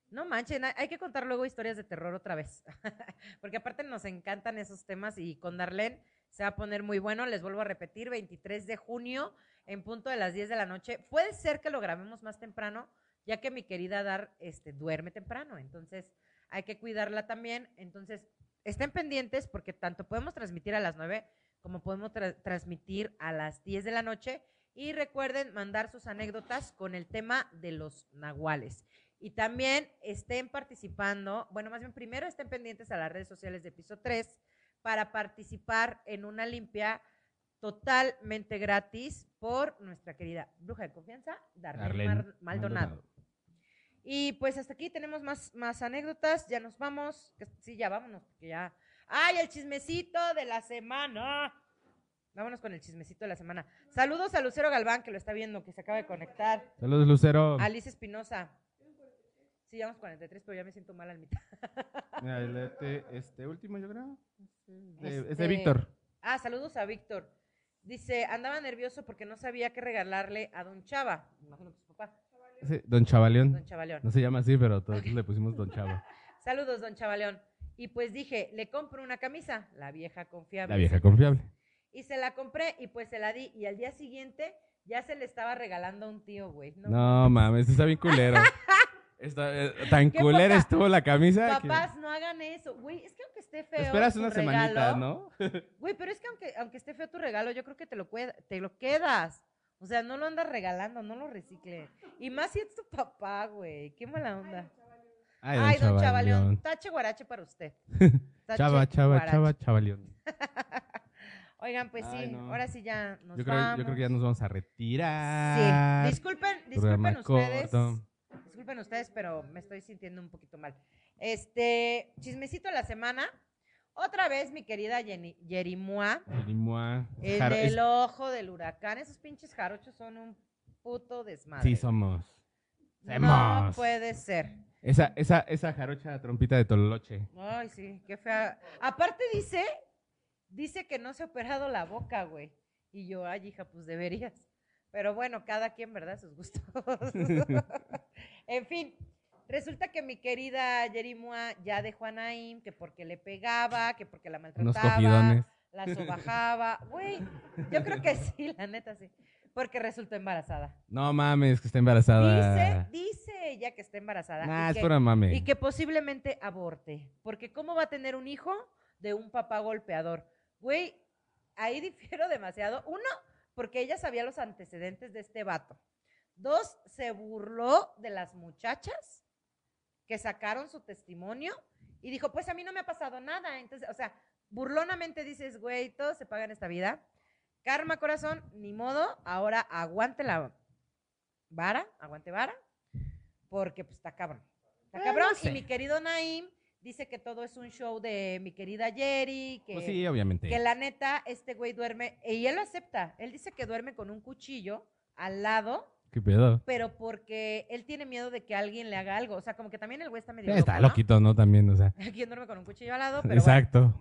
Speaker 1: No manchen, hay- hay que contar luego historias de terror otra vez. Porque aparte nos encantan esos temas y con Darlene se va a poner muy bueno. Les vuelvo a repetir, 23 de junio en punto de las 10 de la noche. Puede ser que lo grabemos más temprano, ya que mi querida Dar este, duerme temprano. Entonces hay que cuidarla también. Entonces estén pendientes porque tanto podemos transmitir a las 9 como podemos tra- transmitir a las 10 de la noche. Y recuerden mandar sus anécdotas con el tema de los nahuales. Y también estén participando, bueno, más bien primero estén pendientes a las redes sociales de piso 3 para participar en una limpia totalmente gratis por nuestra querida bruja de confianza, Darlene,
Speaker 2: Darlene
Speaker 1: Mar- Maldonado. Y pues hasta aquí tenemos más, más anécdotas, ya nos vamos, que- sí, ya vámonos, porque ya... ¡Ay, el chismecito de la semana! Vámonos con el chismecito de la semana. Saludos a Lucero Galván, que lo está viendo, que se acaba de conectar.
Speaker 2: Saludos, Lucero.
Speaker 1: Alice Espinosa. Sí, llevamos 43, pero ya me siento mal al mitad.
Speaker 2: Mira, el- este, este último, yo creo. Es de- Es
Speaker 1: Este-
Speaker 2: de Víctor.
Speaker 1: Ah, saludos a Víctor. Dice, andaba nervioso porque no sabía qué regalarle a Don Chava. Me imagino que su papá,
Speaker 2: Ese- Don Chavaleón.
Speaker 1: Don Chavaleón.
Speaker 2: No se llama así, pero todos le pusimos Don Chava.
Speaker 1: Saludos, Don Chavaleón. Y pues dije, le compro una camisa, la vieja confiable.
Speaker 2: La vieja confiable.
Speaker 1: Y se la compré y pues se la di. Y al día siguiente ya se le estaba regalando a un tío, güey. No,
Speaker 2: No mames, está bien culero. Está, eh, tan
Speaker 1: Qué
Speaker 2: culera
Speaker 1: poca-
Speaker 2: estuvo la camisa. que-
Speaker 1: Papás, no hagan eso. Güey, es que aunque esté
Speaker 2: Te
Speaker 1: feo.
Speaker 2: esperas
Speaker 1: tu
Speaker 2: una semanita,
Speaker 1: regalo,
Speaker 2: ¿no?
Speaker 1: Güey, pero es que aunque, aunque esté feo tu regalo, yo creo que te lo, cueda- te lo quedas. O sea, no lo andas regalando, no lo recicle. Y más si es tu papá, güey. Qué mala onda. Ay, don, Chavaleón.
Speaker 2: Chavaleón.
Speaker 1: Tache guarache para usted. Tache
Speaker 2: Chava, chava,
Speaker 1: guarache.
Speaker 2: chava, Chavaleón.
Speaker 1: Oigan, pues sí,
Speaker 2: Ay, no.
Speaker 1: ahora sí ya nos
Speaker 2: Yo creo,
Speaker 1: vamos.
Speaker 2: yo creo que ya nos vamos a
Speaker 1: Sí,
Speaker 2: retirar.
Speaker 1: disculpen,
Speaker 2: Programa
Speaker 1: disculpen ustedes.
Speaker 2: corto.
Speaker 1: Disculpen ustedes, pero me estoy sintiendo un poquito mal. Este, chismecito de la semana. Otra vez, mi querida Jenny, Yerimua.
Speaker 2: El limoa.
Speaker 1: En
Speaker 2: Jaro- es-
Speaker 1: el ojo del huracán, esos pinches jarochos son un puto desmadre.
Speaker 2: Sí, somos.
Speaker 1: No
Speaker 2: Somos.
Speaker 1: puede ser.
Speaker 2: Esa, esa, esa jarocha trompita de Tololoche.
Speaker 1: Ay, sí, qué fea. Aparte dice, dice que no se ha operado la boca, güey. Y yo, ay, hija, pues deberías. Pero bueno, cada quien, ¿verdad? Sus gustos. en fin, Resulta que mi querida Yerimua ya dejó a Naim, que porque le pegaba, que porque la
Speaker 2: Unos
Speaker 1: maltrataba,
Speaker 2: cogidones.
Speaker 1: la sobajaba. Güey, yo creo que sí, la neta sí. Porque resultó embarazada.
Speaker 2: No mames, que está embarazada.
Speaker 1: Dice, dice ella que está embarazada.
Speaker 2: Ah. Nah,
Speaker 1: y
Speaker 2: es
Speaker 1: que-
Speaker 2: pura mame.
Speaker 1: y que posiblemente aborte. Porque ¿cómo va a tener un hijo de un papá golpeador? Güey, ahí difiero demasiado. Uno, porque ella sabía los antecedentes de este vato. Dos, se burló de las muchachas que sacaron su testimonio y dijo, pues a mí no me ha pasado nada. Entonces, o sea, burlonamente dices, güey, todo se paga en esta vida. Karma, corazón, ni modo. Ahora aguante la vara, aguante vara, porque pues está cabrón. Está
Speaker 2: Eh,
Speaker 1: cabrón.
Speaker 2: no sé.
Speaker 1: Y mi querido Naim dice que todo es un show de mi querida Jerry, que,
Speaker 2: Pues sí, obviamente.
Speaker 1: que la neta, este güey duerme, y él lo acepta. Él dice que duerme con un cuchillo al lado,
Speaker 2: ¿Qué pedo?
Speaker 1: pero porque él tiene miedo de que alguien le haga algo. O sea, como que también el güey está medio.
Speaker 2: Eh, Está
Speaker 1: loco, ¿no?
Speaker 2: loquito, ¿no? También, o sea.
Speaker 1: ¿Quién duerme con un cuchillo al lado? Pero bueno.
Speaker 2: Exacto.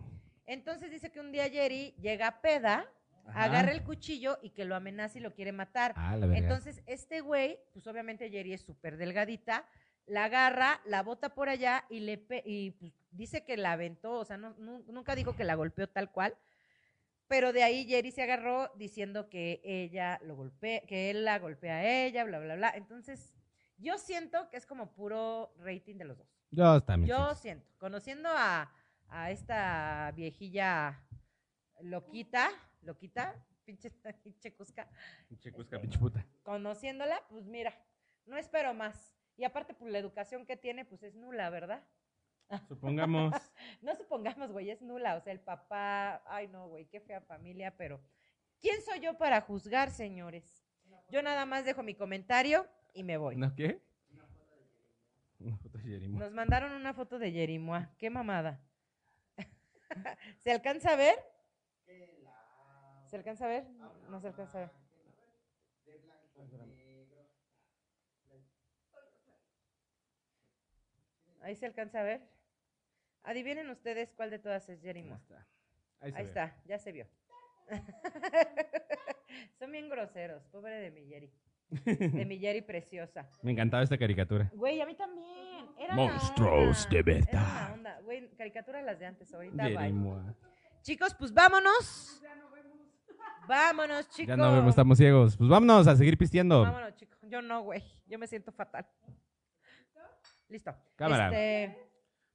Speaker 1: Entonces dice que un día Jerry llega a peda,
Speaker 2: Ajá.
Speaker 1: agarra el cuchillo y que lo amenaza y lo quiere matar.
Speaker 2: Ah, la verga.
Speaker 1: Entonces este güey, pues obviamente Jerry es súper delgadita, la agarra, la bota por allá y le pe- y pues, dice que la aventó, o sea, no- nu- nunca dijo que la golpeó tal cual. Pero de ahí Jerry se agarró diciendo que ella lo golpea, que él la golpea a ella, bla, bla, bla. Entonces, yo siento que es como puro rating de los dos.
Speaker 2: Yo también.
Speaker 1: Yo
Speaker 2: sí.
Speaker 1: siento, conociendo a, a esta viejilla loquita, loquita, pinche, pinche cusca,
Speaker 2: Pinche cusca, pinche puta.
Speaker 1: conociéndola, pues mira, no espero más. Y aparte, pues la educación que tiene, pues es nula, ¿verdad?
Speaker 2: Supongamos.
Speaker 1: No supongamos, güey, es nula. O sea, el papá, ay no, güey, qué fea familia, pero ¿quién soy yo para juzgar, señores? Yo nada más dejo mi comentario y me voy.
Speaker 2: ¿No qué? Una foto de Jerimo.
Speaker 1: Nos mandaron una foto de Jerimoa. Qué mamada. ¿Se alcanza a ver? ¿Se alcanza a ver? No se alcanza a ver. Ahí se alcanza a ver. Adivinen ustedes cuál de todas es
Speaker 2: Ahí
Speaker 1: Jerimoa.
Speaker 2: está. Ahí, se
Speaker 1: Ahí
Speaker 2: ve.
Speaker 1: está, ya se vio. Son bien groseros, pobre de mi Jerry. De mi Jerry preciosa.
Speaker 2: Me encantaba esta caricatura.
Speaker 1: Güey, a mí también. Era la
Speaker 2: Monstruos
Speaker 1: onda,
Speaker 2: de
Speaker 1: era
Speaker 2: verdad.
Speaker 1: la onda. Güey, caricaturas las de antes, ahorita bye.
Speaker 2: Jerimo.
Speaker 1: Chicos, pues vámonos. Vámonos, chicos.
Speaker 2: Ya no vemos, estamos ciegos. Pues vámonos a seguir pisteando.
Speaker 1: Vámonos, chicos. Yo no, güey. Yo me siento fatal. Listo.
Speaker 2: Cámara.
Speaker 1: Este, ¿tú me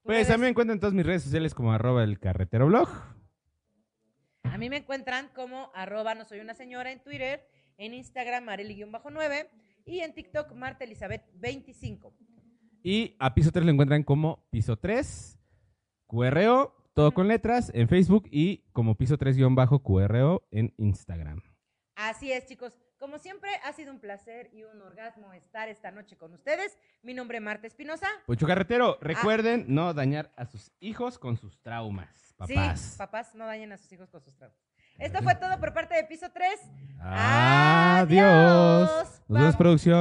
Speaker 2: Pues
Speaker 1: ves?
Speaker 2: a mí me encuentran en todas mis redes sociales como arroba el carretero blog.
Speaker 1: A mí me encuentran como arroba no soy una señora en Twitter, en Instagram Mareli-9 y en TikTok Marta Elizabeth 25.
Speaker 2: Y a piso 3 lo encuentran como piso 3, QRO, todo con letras, en Facebook y como piso 3-QRO en Instagram.
Speaker 1: Así es, chicos. Como siempre, ha sido un placer y un orgasmo estar esta noche con ustedes. Mi nombre es Marta Espinosa.
Speaker 2: Pocho Carretero,
Speaker 1: Ah.
Speaker 2: recuerden no dañar a sus hijos con sus traumas, papás.
Speaker 1: Sí, papás, no dañen a sus hijos con sus tragos. Esto fue todo por parte de Piso 3.
Speaker 2: Adiós. Nos vemos,
Speaker 1: Vamos.
Speaker 2: producción.